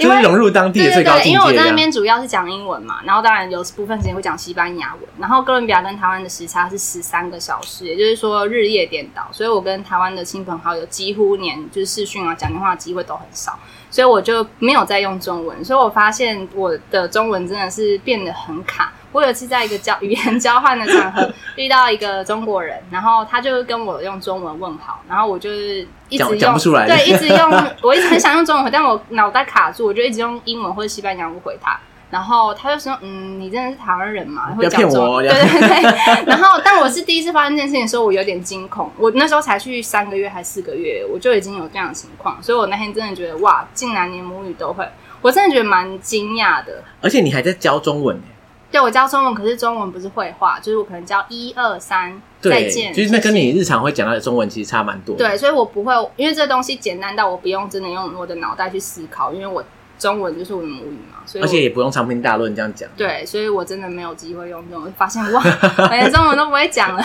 S2: 因
S1: 就
S2: 为
S1: 是融入当地
S2: 对
S1: 的
S2: 对
S1: 最高
S2: 对，
S1: 境
S2: 因为我
S1: 界
S2: 在
S1: 这
S2: 那
S1: 样。
S2: 边主要是讲英文嘛，然后当然有部分时间会讲西班牙文，然后哥伦比亚跟台湾的时差是十三个小时，也就是说日夜颠倒，所以我跟台湾的亲朋好友几乎连就是视讯啊、讲电话的机会都很少，所以我就没有再用中文，所以我发现我的中文真的是变得很卡。我有一次在一个交语言交换的 场合遇到一个中国人，然后他就跟我用中文问好，然后我就是一直
S1: 讲
S2: 用
S1: 讲不出来
S2: 对，一直用，我一直很想用中文回，但我脑袋卡住，我就一直用英文或者西班牙语回他。然后他就说：“嗯，你真的是台湾人嘛？
S1: 不
S2: 会
S1: 要
S2: 讲
S1: 骗
S2: 中文
S1: 我哦
S2: 对对对。 然后，但我是第一次发生这件事情的时候，我有点惊恐。我那时候才去三个月还四个月，我就已经有这样的情况，所以我那天真的觉得哇，竟然连母语都会，我真的觉得蛮惊讶的。
S1: 而且你还在教中文耶，
S2: 对我教中文，可是中文不是绘画，就是我可能教一二三再
S1: 对，
S2: 见，
S1: 就是那跟你日常会讲到的中文其实差蛮多。，
S2: 对，所以我不会，因为这东西简单到我不用真的用我的脑袋去思考，因为我中文就是我的母语嘛，所以
S1: 而
S2: 我
S1: 且也不用长篇大论这样讲。啊
S2: 对，所以我真的没有机会用中文，发现 哇，我连中文都不会讲了，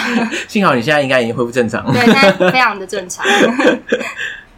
S1: 幸好你现在应该已经恢复正常了，
S2: 对，现在非常的 正常。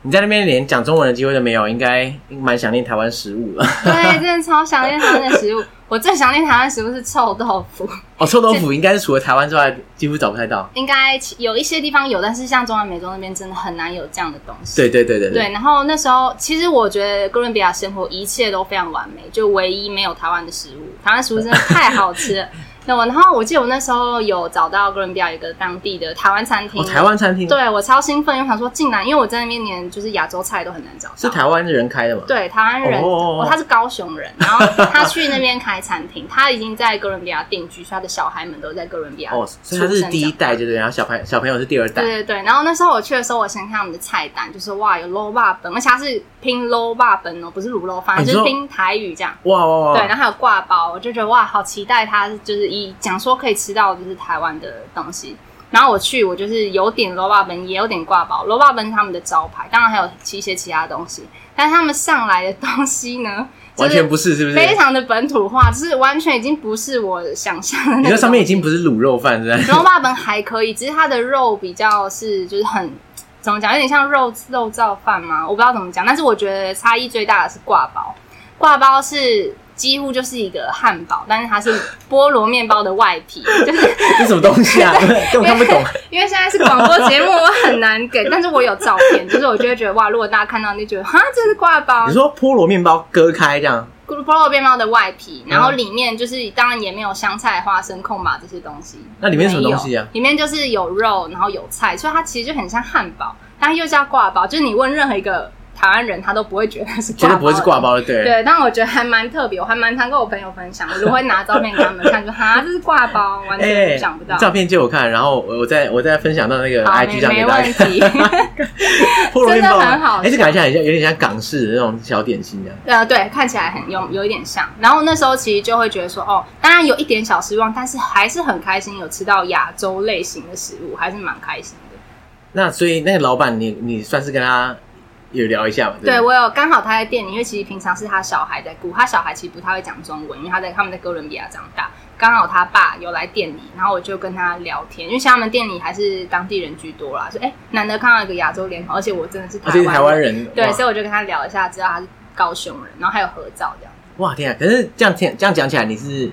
S1: 你在那边连讲中文的机会都没有，应该蛮想念台湾食物 了。
S2: 对，真的超想念台湾的食物，我最想念台湾食物是臭豆腐，
S1: 哦，臭豆腐应该是除了台湾之外几乎找不太到。
S2: 应该有一些地方有，但是像中南美洲那边真的很难有这样的东西。
S1: 对对对对
S2: 对，然后那时候其实我觉得哥伦比亚生活一切都非常完美，就唯一没有台湾的食物，台湾食物真的太好 吃了。那我，然后我记得我那时候有找到哥伦比亚一个当地的台湾餐厅，
S1: 哦，台湾餐厅
S2: 对我超兴奋，因为我想说竟然，因为我在那边连就是亚洲菜都很难找到，
S1: 是台湾人开的吗？
S2: 对台湾人，
S1: 哦哦哦
S2: 哦，他是高雄人，然后他去那边开餐厅，他已经在哥伦比亚定居，所以他的小孩们都在哥伦比亚
S1: 哦，所以他
S2: 出
S1: 是
S2: 生
S1: 第一
S2: 长大
S1: 代，对对，然后小朋小朋友是第二代
S2: 对。对对，然后那时候我去的时候，我先看他们的菜单，就是哇有 low 霸本，而且它是拼 low 霸本哦，不是卤肉
S1: 啊
S2: 饭，
S1: 你
S2: 就是
S1: 说
S2: 拼台语这样。
S1: 哇哇哇！
S2: 对，然后还有挂包，我就觉得哇，好期待它就是一讲说可以吃到就是台湾的东西。然后我去，我就是有点 low 霸本，也有点挂包。low 霸本是他们的招牌，当然还有一些其他东西，但是他们上来的东西呢，就
S1: 完
S2: 是
S1: 全不是，是不是？
S2: 非常的本土化，就是完全已经不是我想象的那个东西。
S1: 你说上面已经不是卤肉饭，是吧？
S2: 然后霸本还可以，只是它的肉比较是就是很怎么讲，有点像肉肉燥饭嘛，我不知道怎么讲。但是我觉得差异最大的是挂包，挂包是几乎就是一个汉堡，但是它是菠萝面包的外皮，就是
S1: 这什么东西啊？根本看不懂。
S2: 因为现在是广播节目，我很难给，但是我有照片，就是我就会觉得哇，如果大家看到你就觉得哈，这是挂包
S1: 你，说菠萝面包割开这样，
S2: 菠萝面包的外皮，然后里面就是当然也没有香菜、花生、控吧这些东西。
S1: 那里面是什么东西啊
S2: 没有里面就是有肉，然后有菜，所以它其实就很像汉堡，但又叫挂包。就是你问任何一个台湾人，他都不会觉得是挂包，
S1: 绝对不会是挂。包的，对。
S2: 对，但我觉得还蛮特别，我还蛮常跟我朋友分享，我都会拿照片给他们看，说哈，这是挂包，完
S1: 哎，
S2: 全想不到。
S1: 照片借我看，然后我我再我再分享到那个
S2: 好
S1: IG 上
S2: 没
S1: 给
S2: 没
S1: 大
S2: 问
S1: 家看。
S2: 题。
S1: 菠萝面包
S2: 真的很好
S1: 哎，这感觉很像，有点像港式的那种小点心这样。
S2: 呃，对，看起来很有有一点像。然后那时候其实就会觉得说，哦，当然有一点小失望，但是还是很开心有吃到亚洲类型的食物，还是蛮开心的。
S1: 那所以那个老板，你你算是跟他有聊一下吧？
S2: 对
S1: 不
S2: 我有刚好他在店里，因为其实平常是他小孩在顾，他小孩其实不太会讲中文，因为他在他们在哥伦比亚长大。刚好他爸有来店里，然后我就跟他聊天，因为像他们店里还是当地人居多啦，说哎，难得看到一个亚洲脸孔，而且我真的是
S1: 啊这是台
S2: 台湾
S1: 湾。人。
S2: 对，
S1: 哇
S2: 所以我就跟他聊一下，知道他是高雄人，然后还有合照这样。
S1: 哇天啊！可是这样听这样讲起来，你是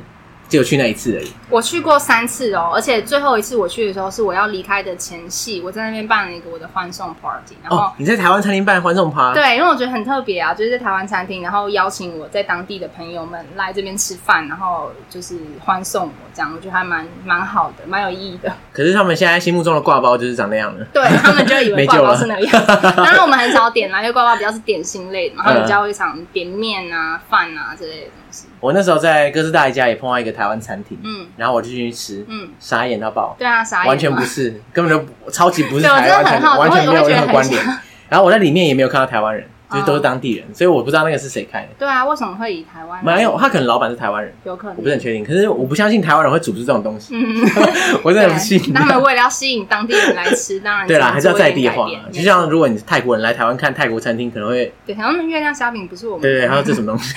S1: 只有去那一次而已。
S2: 我去过三次哦，而且最后一次我去的时候是我要离开的前夕，我在那边办了一个我的欢送 party，然后、
S1: 哦，你在台湾餐厅办欢送趴，
S2: 对，因为我觉得很特别啊，就是在台湾餐厅，然后邀请我在当地的朋友们来这边吃饭，然后就是欢送我这样，我觉得还蛮蛮好的，蛮有意义的。
S1: 可是他们现在心目中的挂包就是长那样的。
S2: 对他们就以为
S1: 没
S2: 挂
S1: 救
S2: 包
S1: 了
S2: 是那个样子，当然我们很少点啦，因为挂包比较是点心类的嘛，他们比较会常点面啊、饭啊之类的东西。
S1: 我那时候在哥斯达黎加也碰到一个台湾餐厅，
S2: 嗯
S1: 然后我就进去吃，
S2: 嗯，
S1: 傻眼到爆，
S2: 对啊，傻眼
S1: 完全
S2: 嘛
S1: 不是，根本就不超级不是
S2: 对我
S1: 台湾餐
S2: 真的很
S1: 厅，
S2: 好
S1: 完全
S2: 我
S1: 没
S2: 也
S1: 有
S2: 我
S1: 任
S2: 也觉得
S1: 何
S2: 很
S1: 关联。然后我在里面也没有看到台湾人，
S2: 哦
S1: 就是都是当地人，所以我不知道那个是谁开的。
S2: 对啊，为什么会以台湾
S1: 没有，他可能老板是台湾人，
S2: 有可
S1: 我不是
S2: 能？
S1: 很确定。可是我不相信台湾人会组织这种东西，
S2: 嗯。
S1: 我真
S2: 对，
S1: 的不信。
S2: 那他 们为了要吸引当地人来吃，当然
S1: 啊对啦，还是要在地
S2: 地
S1: 化。就像如果你是泰国人来台湾看泰国餐厅，可能会
S2: 对，他们月亮虾饼不是我们
S1: 对对，还有这什么 东西，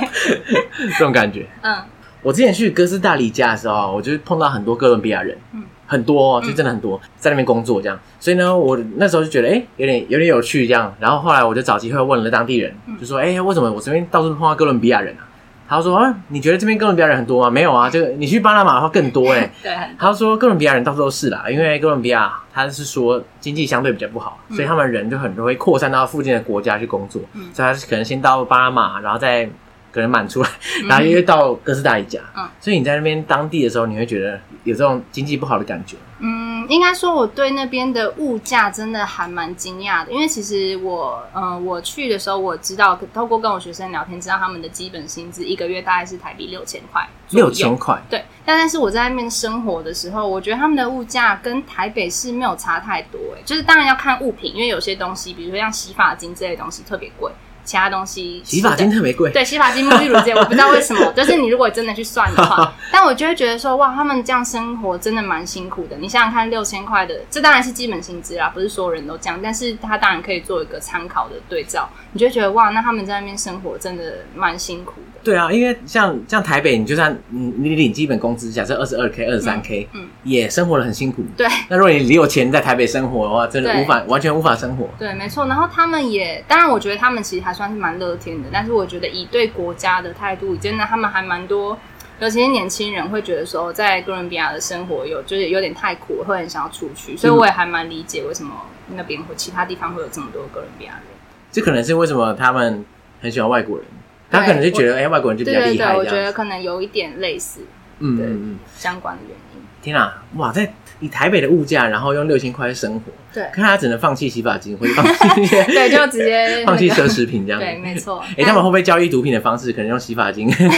S1: 这种感觉。
S2: 嗯
S1: 我之前去哥斯达黎加的时候，我就碰到很多哥伦比亚人，
S2: 嗯
S1: 很多、哦，就真的很多，在那边工作这样。所以呢，我那时候就觉得，哎、有点有点有趣这样。然后后来我就找机会问了当地人，
S2: 嗯
S1: 就说，哎、为什么我这边到处碰到哥伦比亚人啊？他说，啊，你觉得这边哥伦比亚人很多吗？没有啊，这个你去巴拿马的话更多哎、
S2: 对，很
S1: 他说哥伦比亚人到处都是啦，因为哥伦比亚他是说经济相对比较不好，所以他们人就很容易扩散到附近的国家去工作，
S2: 嗯
S1: 所以他是可能先到巴拿马，然后再可能满出来，然后又到哥斯达黎加，
S2: 嗯
S1: 所以你在那边当地的时候，你会觉得有这种经济不好的感觉。
S2: 嗯，应该说我对那边的物价真的还蛮惊讶的，因为其实我，嗯，我去的时候我知道，透过跟我学生聊天，知道他们的基本薪资一个月大概是台币六千块，
S1: 六千块，
S2: 对，但但是我在那边生活的时候，我觉得他们的物价跟台北市没有差太多、欸，就是当然要看物品，因为有些东西，比如说像洗发精这类东西特别贵，其他东西
S1: 洗发精特别贵，
S2: 对洗发精、沐浴乳这些，我不知道为什么，就是你如果真的去算的话，但我就会觉得说，哇，他们这样生活真的蛮辛苦的。你想想看，六千块的，这当然是基本薪资啦，不是所有人都这样，但是他当然可以做一个参考的对照，你就会觉得哇，那他们在那边生活真的蛮辛苦的。
S1: 对啊，因为像像台北，你就算你你领基本工资，假设二十二 k、二十三 k，
S2: 嗯嗯
S1: 也生活的很辛苦。
S2: 对，
S1: 那如果你有钱在台北生活的话，真的
S2: 对
S1: 无法完全无法生活。
S2: 对，没错。然后他们也，当然，我觉得他们其实还算是蛮乐天的，但是我觉得以对国家的态度，真的他们还蛮多，尤其是年轻人会觉得说，哦在哥伦比亚的生活有就是有点太苦，会很想要出去。
S1: 嗯
S2: 所以我也还蛮理解为什么那边会其他地方会有这么多哥伦比亚人。
S1: 这可能是为什么他们很喜欢外国人，他
S2: 对
S1: 可能就觉得哎、外国人就比
S2: 对
S1: 较
S2: 对
S1: 厉
S2: 对，
S1: 害
S2: 我
S1: 这
S2: 觉得
S1: 样。
S2: 可能有一点类似
S1: 嗯嗯
S2: 对
S1: 嗯，
S2: 相关的原因。
S1: 天啊，哇，在以台北的物价，然后用六千块生活，
S2: 对
S1: 看他只能放弃洗发精，或者放弃一些
S2: 对，就直接、那
S1: 放
S2: 个、
S1: 弃奢侈品这样。
S2: 对，没错。
S1: 哎、他们会不会交易毒品的方式，可能用洗发精
S2: 因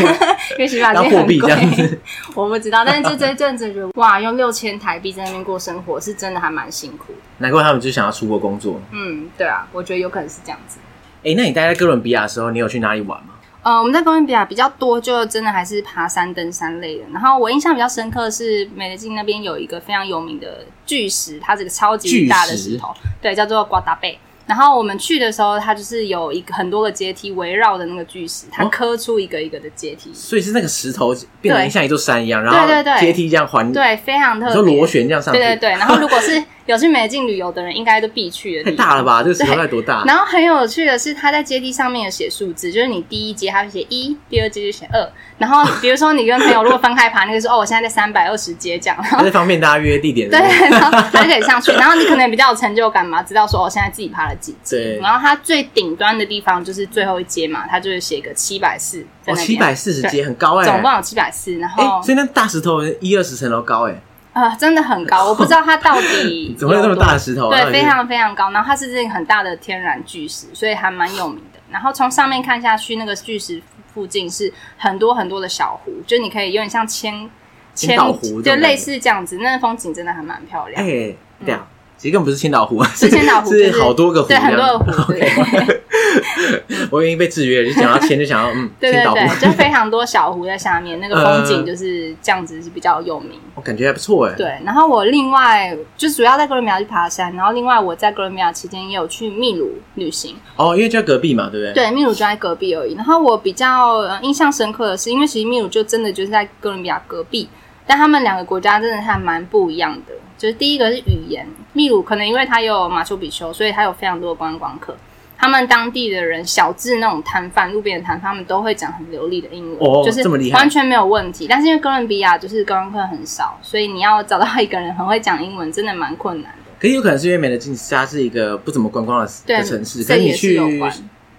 S2: 为洗发 精
S1: 当
S2: 很
S1: 货币这
S2: 贵
S1: 样子？
S2: 我不知道，但是就这一阵子觉得，哇，用六千台币在那边过生活是真的还蛮辛苦的。
S1: 难怪他们就想要出国工作。
S2: 嗯，对啊，我觉得有可能是这样子。
S1: 哎、那你待在哥伦比亚的时候，你有去哪里玩吗？
S2: 呃，我们在哥伦比亚比较多，就真的还是爬山、登山类的。然后我印象比较深刻的是美得镜那边有一个非常有名的巨石，它这个超级大的石头，对，叫做瓜达贝。然后我们去的时候，它就是有一个很多个阶梯围绕的那个巨石，它
S1: 哦
S2: 刻出一个一个的阶梯，
S1: 所以是那个石头变
S2: 对
S1: 成像一座山一样，然
S2: 对对
S1: 后
S2: 对
S1: 阶梯这样环，
S2: 对，非常
S1: 你
S2: 特
S1: 说
S2: 别。
S1: 螺旋这样上去，
S2: 对对对。然后如果是 有去美得镜旅游的人，应该都必去的
S1: 太
S2: 地 方。
S1: 大了吧？这个石头到底多大？
S2: 然后很有趣的是，它在阶梯上面有写数字，就是你第一阶它会写一，第二阶就写二。然后比如说你跟朋友如果分开爬，那个是哦，我现在在三百二十阶这样。 然
S1: 还
S2: 后
S1: 是方便大家约地点？
S2: 对，然后它就可以上去。然后你可能比较有成就感嘛，知道说哦，现在自己爬了几阶。
S1: 对
S2: 然后它最顶端的地方就是最后一阶嘛，它就是写个七百四在
S1: 哦，
S2: 那
S1: 七
S2: 边，
S1: 百四十阶很高哎、
S2: 总共有七百四。然
S1: 哎、
S2: 后
S1: 所以那大石头一二十层楼高哎、
S2: 啊、真的很高，我不知道它到 底
S1: 怎么会有
S2: 有
S1: 那么
S2: 多
S1: 大的石头、啊？到
S2: 对，
S1: 底是
S2: 非常非常高。然后它是这个很大的天然巨石，所以还蛮有名的。然后从上面看下去，那个巨石附近是很多很多的小湖，就你可以有点像千
S1: 千岛湖这种
S2: 就
S1: 感觉
S2: 类似这样子。那个风景真的还蛮漂亮
S1: 哎、。对啊，其实根本不是千岛湖，
S2: 嗯
S1: 啊
S2: 是千岛 湖
S1: 是
S2: 就是
S1: 好多个湖这
S2: 对，
S1: 样，
S2: 很多的湖，对
S1: 我已经被制约了，就想要签就想要嗯，
S2: 对
S1: 千
S2: 对
S1: 岛湖，嗯
S2: 对，就非常多小湖在下面，那个风景就是这样子是比较有名。
S1: 我感觉还不错哎、
S2: 对，然后我另外就主要在哥伦比亚去爬山，然后另外我在哥伦比亚期间也有去秘鲁旅行，
S1: 哦，因为就在隔壁嘛，对不对？
S2: 对，秘鲁就在隔壁而已。然后我比较、呃、印象深刻的是，因为其实秘鲁就真的就是在哥伦比亚隔壁，但他们两个国家真的还蛮不一样的。就是第一个是语言，秘鲁可能因为它有马丘比丘，所以它有非常多的观光客。他们当地的人，小至那种摊贩、路边的摊贩，他们都会讲很流利的英文，
S1: 哦
S2: 就是
S1: 这么厉害
S2: 完全没有问题。但是因为哥伦比亚就是观光客很少，所以你要找到一个人很会讲英文，真的蛮困难的。
S1: 可是有可能是因为美得近，它是一个不怎么观光的
S2: 对
S1: 的城市，可
S2: 这
S1: 是你
S2: 也是
S1: 去
S2: 有关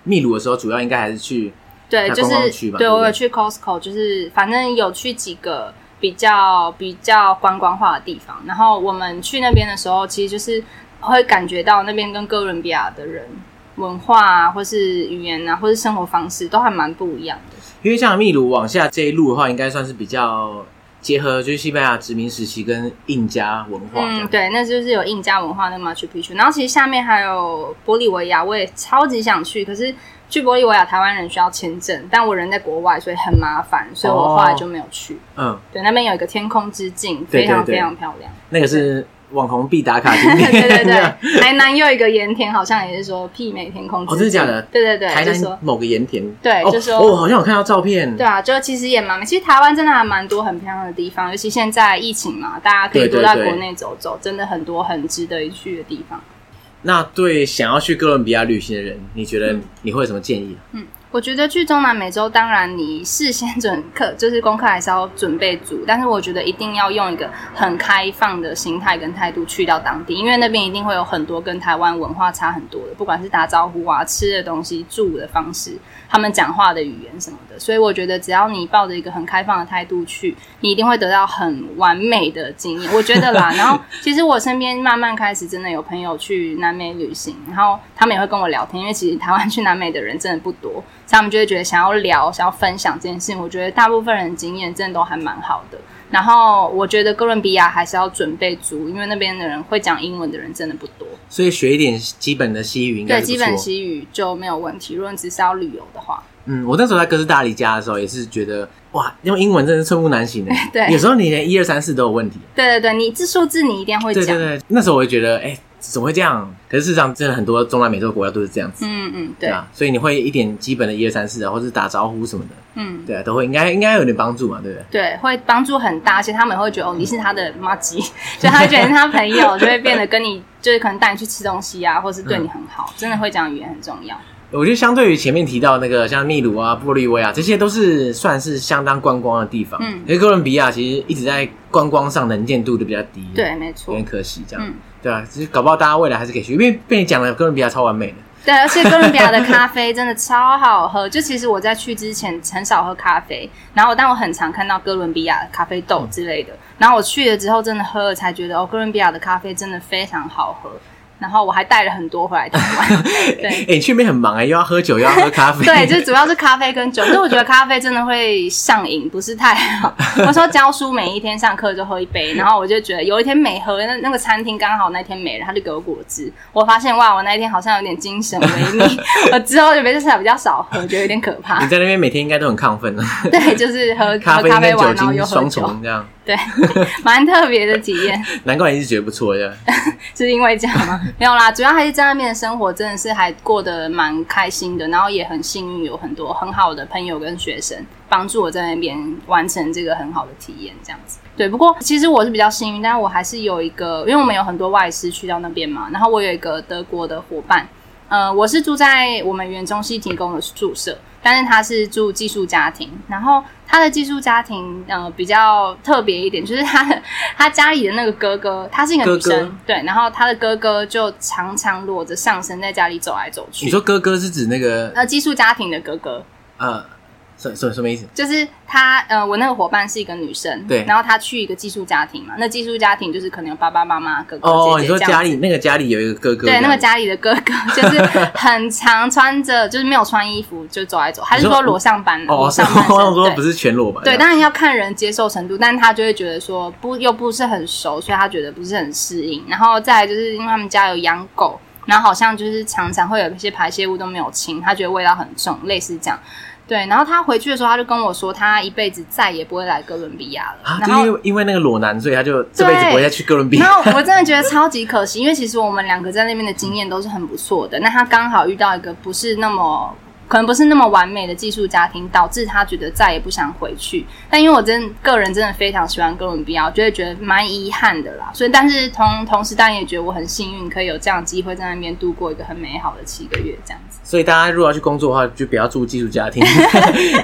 S1: 秘鲁的时候，主要应该还是去
S2: 对，
S1: 那
S2: 就
S1: 观光区
S2: 是
S1: 吧
S2: 对
S1: 对不对
S2: 我有去 Costco，就是反正有去几个比较比较观光化的地方。然后我们去那边的时候，其实就是会感觉到那边跟哥伦比亚的人文化啊，或是语言啊，或是生活方式都还蛮不一样的。
S1: 因为像秘鲁往下这一路的话，应该算是比较结合就是西班牙殖民时期跟印加文化这
S2: 嗯，
S1: 样。
S2: 对，那就是有印加文化那个 Machu Picchu，然后其实下面还有玻利维亚，我也超级想去，可是去玻利维亚台湾人需要签证，但我人在国外，所以很麻烦，所以我后来就没有去。
S1: 嗯，
S2: 对，那边有一个天空之镜，
S1: 对
S2: 非常
S1: 对对
S2: 非常漂亮。
S1: 那个是网红必打卡景点。
S2: 对 对
S1: 这样
S2: 对，台南又一个盐田，好像也是说媲美天空之
S1: 哦真的
S2: 镜
S1: 假的
S2: 对对对，
S1: 台
S2: 就说
S1: 南某个盐田，
S2: 对
S1: 哦
S2: 就说
S1: 哦，好像有看到照片，
S2: 对啊，就其实也蛮美。其实台湾真的还蛮多很漂亮的地方，尤其现在疫情嘛，大家可以
S1: 对
S2: 多
S1: 对
S2: 到
S1: 对
S2: 国内走走，真的很多很值得一去的地方。
S1: 那对想要去哥伦比亚旅行的人，你觉得
S2: 嗯
S1: 你会有什么建议啊？
S2: 我觉得去中南美洲，当然你事先准课 就是功课还是要准备足，但是我觉得一定要用一个很开放的心态跟态度去到当地，因为那边一定会有很多跟台湾文化差很多的，不管是打招呼啊、吃的东西、住的方式、他们讲话的语言什么的。所以我觉得只要你抱着一个很开放的态度去，你一定会得到很完美的经验，我觉得啦。然后其实我身边慢慢开始真的有朋友去南美旅行，然后他们也会跟我聊天，因为其实台湾去南美的人真的不多。所以他们就会觉得想要聊、想要分享这件事情。我觉得大部分人经验真的都还蛮好的。然后我觉得哥伦比亚还是要准备足，因为那边的人会讲英文的人真的不多。
S1: 所以学一点基本的西语应该是不
S2: 对，基
S1: 错
S2: 本西语就没有问题。如果你只是要旅游的话，
S1: 嗯，我那时候在哥斯达黎加的时候，也是觉得哇，用英文真的是寸步难行的。
S2: 对
S1: 有时候你连一二三四都有问题。
S2: 对对对，你这数字你一定会
S1: 对
S2: 讲。
S1: 对对，那时候我就觉得，哎、怎么会这样？可是事实上，真的很多中南美洲国家都是这样子，
S2: 嗯嗯，
S1: 对
S2: 对，
S1: 啊。所以你会一点基本的一二三四啊，或是打招呼什么的，
S2: 嗯。
S1: 对啊，都会应该应该有点帮助嘛，对不对？
S2: 对，会帮助很大，而且他们会觉得哦，你是他的妈吉， 所以他会觉得你是他朋友，就会变得跟你就是可能带你去吃东西啊，或是对你很好，
S1: 嗯
S2: 真的会讲语言很重要。
S1: 我觉得相对于前面提到那个像秘鲁啊、玻利维亚，这些都是算是相当观光的地方。
S2: 嗯
S1: 因为哥伦比亚其实一直在观光上能见度就比较低，，
S2: 对，没
S1: 有
S2: 错。
S1: 点可惜这样。
S2: 嗯
S1: 对啊，其实搞不好大家未来还是可以去，因为被你讲了哥伦比亚超完美的。
S2: 对，而且哥伦比亚的咖啡真的超好喝。 就其实我在去之前很少喝咖啡，然后但我很常看到哥伦比亚的咖啡豆之类
S1: 嗯
S2: 的。然后我去了之后，真的喝了才觉得哦，哥伦比亚的咖啡真的非常好喝。然后我还带了很多回来台 湾。 对
S1: 哎、你去那边很忙哎、又要喝酒，又要喝咖啡。
S2: 对，就主要是咖啡跟酒，因为我觉得咖啡真的会上瘾，不是太 好。我说教书每一天上课就喝一杯，然后我就觉得有一天没喝，那那个餐厅刚好那天没了，他就给我果汁，我发现哇，我那一天好像有点精神 萎靡，我之后就没事比较少喝，觉得有点可怕
S1: 你。在那边每天应该都很亢奋啊，
S2: 对，就是喝喝
S1: 咖啡
S2: 咖啡
S1: 跟酒
S2: 完，然后又
S1: 精
S2: 喝
S1: 双
S2: 酒，
S1: 重这样，
S2: 对， 蛮特别的体验。
S1: 难怪你是觉得不错的。
S2: 是因为这样 吗？没有啦，主要还是在那边的生活真的是还过得蛮开心的，然后也很幸运有很多很好的朋友跟学生帮助我在那边完成这个很好的体验，这样子。对，不过其实我是比较幸运，但我还是有一个，因为我们有很多外师去到那边嘛，然后我有一个德国的伙伴，呃，我是住在我们园中心提供的宿舍，但是他是住寄宿家庭，然后他的寄宿家庭呃比较特别一点，就是他的他家里的那个哥哥，他是一个女生，
S1: 哥哥
S2: 对，然后他的哥哥就常常裸着上身在家里走来走去。
S1: 你说哥哥是指那个
S2: 呃，寄宿家庭的哥哥，
S1: 呃，什什什么意思？
S2: 就是他，呃，我那个伙伴是一个女生，
S1: 对
S2: 然后她去一个寄宿家庭嘛，那寄宿家庭就是可能有爸爸妈妈、哥哥、
S1: 哦，你
S2: 姐姐
S1: 说
S2: 这样
S1: 家
S2: 子
S1: 里那个家里有一个哥哥这
S2: 对，
S1: 样，
S2: 那个家里的哥哥就是很常穿着，就是没有穿衣服就走来走，还是
S1: 你说
S2: 说裸上半
S1: 哦，
S2: 裸
S1: 是
S2: 上
S1: 我
S2: 半
S1: 想
S2: 身？
S1: 说
S2: 对
S1: 不是全裸吧？
S2: 对，
S1: 这样
S2: 当然要看人接受程度，但他就会觉得说不又不是很熟，所以他觉得不是很适应。然后再来就是因为他们家有养狗，然后好像就是常常会有一些排泄物都没有清，他觉得味道很重，类似这样。对，然后他回去的时候，他就跟我说，他一辈子再也不会来哥伦比亚了。
S1: 啊，
S2: 然
S1: 就
S2: 后
S1: 因为因为那个裸男，所以他就这辈子不会再去哥伦比
S2: 然
S1: 亚。
S2: 后我真的觉得超级可惜，因为其实我们两个在那边的经验都是很不错的。那他刚好遇到一个不是那么。可能不是那么完美的寄宿家庭，导致他觉得再也不想回去。但因为我真个人真的非常喜欢哥伦比亚，我就会觉得蛮遗憾的啦。所以，但是同同时，但也觉得我很幸运，可以有这样的机会在那边度过一个很美好的七个月，这样子。
S1: 所以大家如果要去工作的话，就不要住寄宿家 庭，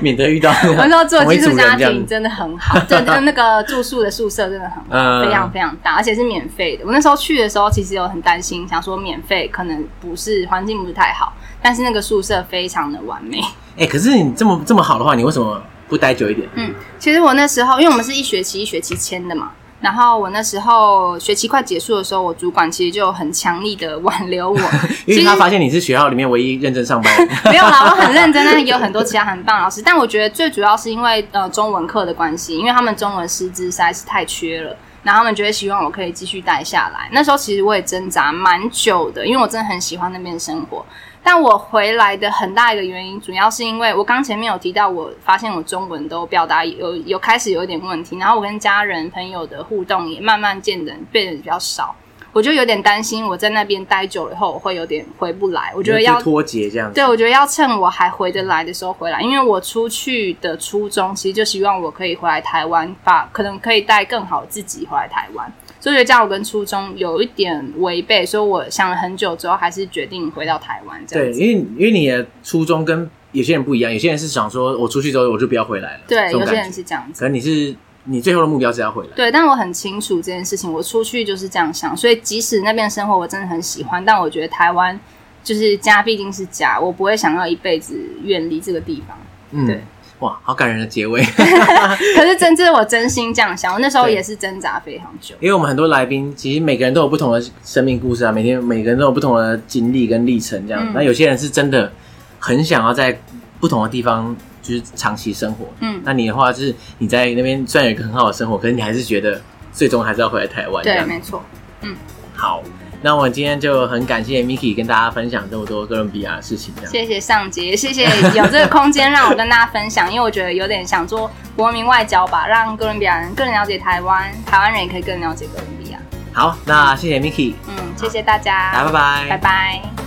S1: 免得遇到
S2: 我那时候做
S1: 同一
S2: 寄
S1: 组
S2: 宿
S1: 人
S2: 家
S1: 这样
S2: 庭真的很 好，对，就那个住宿的宿舍真的很好，
S1: 嗯
S2: 非常非常大，而且是免费的。我那时候去的时候，其实有很担心，想说免费可能不是环境不是太好，但是那个宿舍非常的完美。
S1: 哎，可是你这么这么好的话，你为什么不待久一点？
S2: 嗯， 其实我那时候，因为我们是一学期一学期签的嘛，然后我那时候学期快结束的时候，我主管其实就很强力的挽留 我，
S1: 因
S2: 其
S1: 为
S2: 实
S1: 他发现你是学校里面唯一认真上班的人。
S2: 没有啦，我很认真，但是也有很多其他很棒的老师。但我觉得最主要是因为呃中文课的关系，因为他们中文师资实在是太缺了，然后他们就会希望我可以继续待下来。那时候其实我也挣扎蛮久的，因为我真的很喜欢那边的生活。但我回来的很大一个原因，主要是因为我刚前面有提到，我发现我中文都表达有有开始有一点问题，然后我跟家人朋友的互动也慢慢见得变得比较少，我就有点担心我在那边待久了以后我会有点回不来，我觉得要
S1: 就脱节这样子。
S2: 对，我觉得要趁我还回得来的时候回来，因为我出去的初衷其实就希望我可以回来台湾，把可能可以带更好的自己回来台湾。所以我觉得这样我跟初衷有一点违背，所以我想了很久之后，还是决定回到台湾这样
S1: 对，
S2: 子。
S1: 因为因为你的初衷跟有些人不一样，有些人是想说我出去之后我就不要回来了，
S2: 对，
S1: 这种
S2: 有些
S1: 感
S2: 人
S1: 觉。
S2: 是这样子。
S1: 可能你是你最后的目标是要回来，
S2: 对，但我很清楚这件事情，我出去就是这样想，所以即使那边生活我真的很喜欢，但我觉得台湾就是家毕竟是家，我不会想要一辈子远离这个地方。
S1: 嗯
S2: 对，
S1: 哇，好感人的结尾。
S2: 可是真，这是我真心这样想，我那时候
S1: 对
S2: 也是挣扎非常久。
S1: 因为我们很多来宾，其实每个人都有不同的生命故事啊，每天每个人都有不同的经历跟历程，这样
S2: 嗯。
S1: 那、有些人是真的很想要在不同的地方就是长期生活。
S2: 嗯，
S1: 那你的话就是你在那边虽然有一个很好的生活，可是你还是觉得最终还是要回来台湾。这
S2: 对，
S1: 样。
S2: 没错。
S1: 好，那我今天就很感谢 Miki 跟大家分享这么多哥伦比亚的事情，这样。
S2: 谢谢上杰， 谢谢有这个空间让我跟大家分享，因为我觉得有点想做国民外交吧，让哥伦比亚人更了解台湾，台湾人也可以更了解哥伦比亚。
S1: 好，那谢谢 Miki，
S2: 嗯，谢谢大家，
S1: 大家拜拜，
S2: 拜拜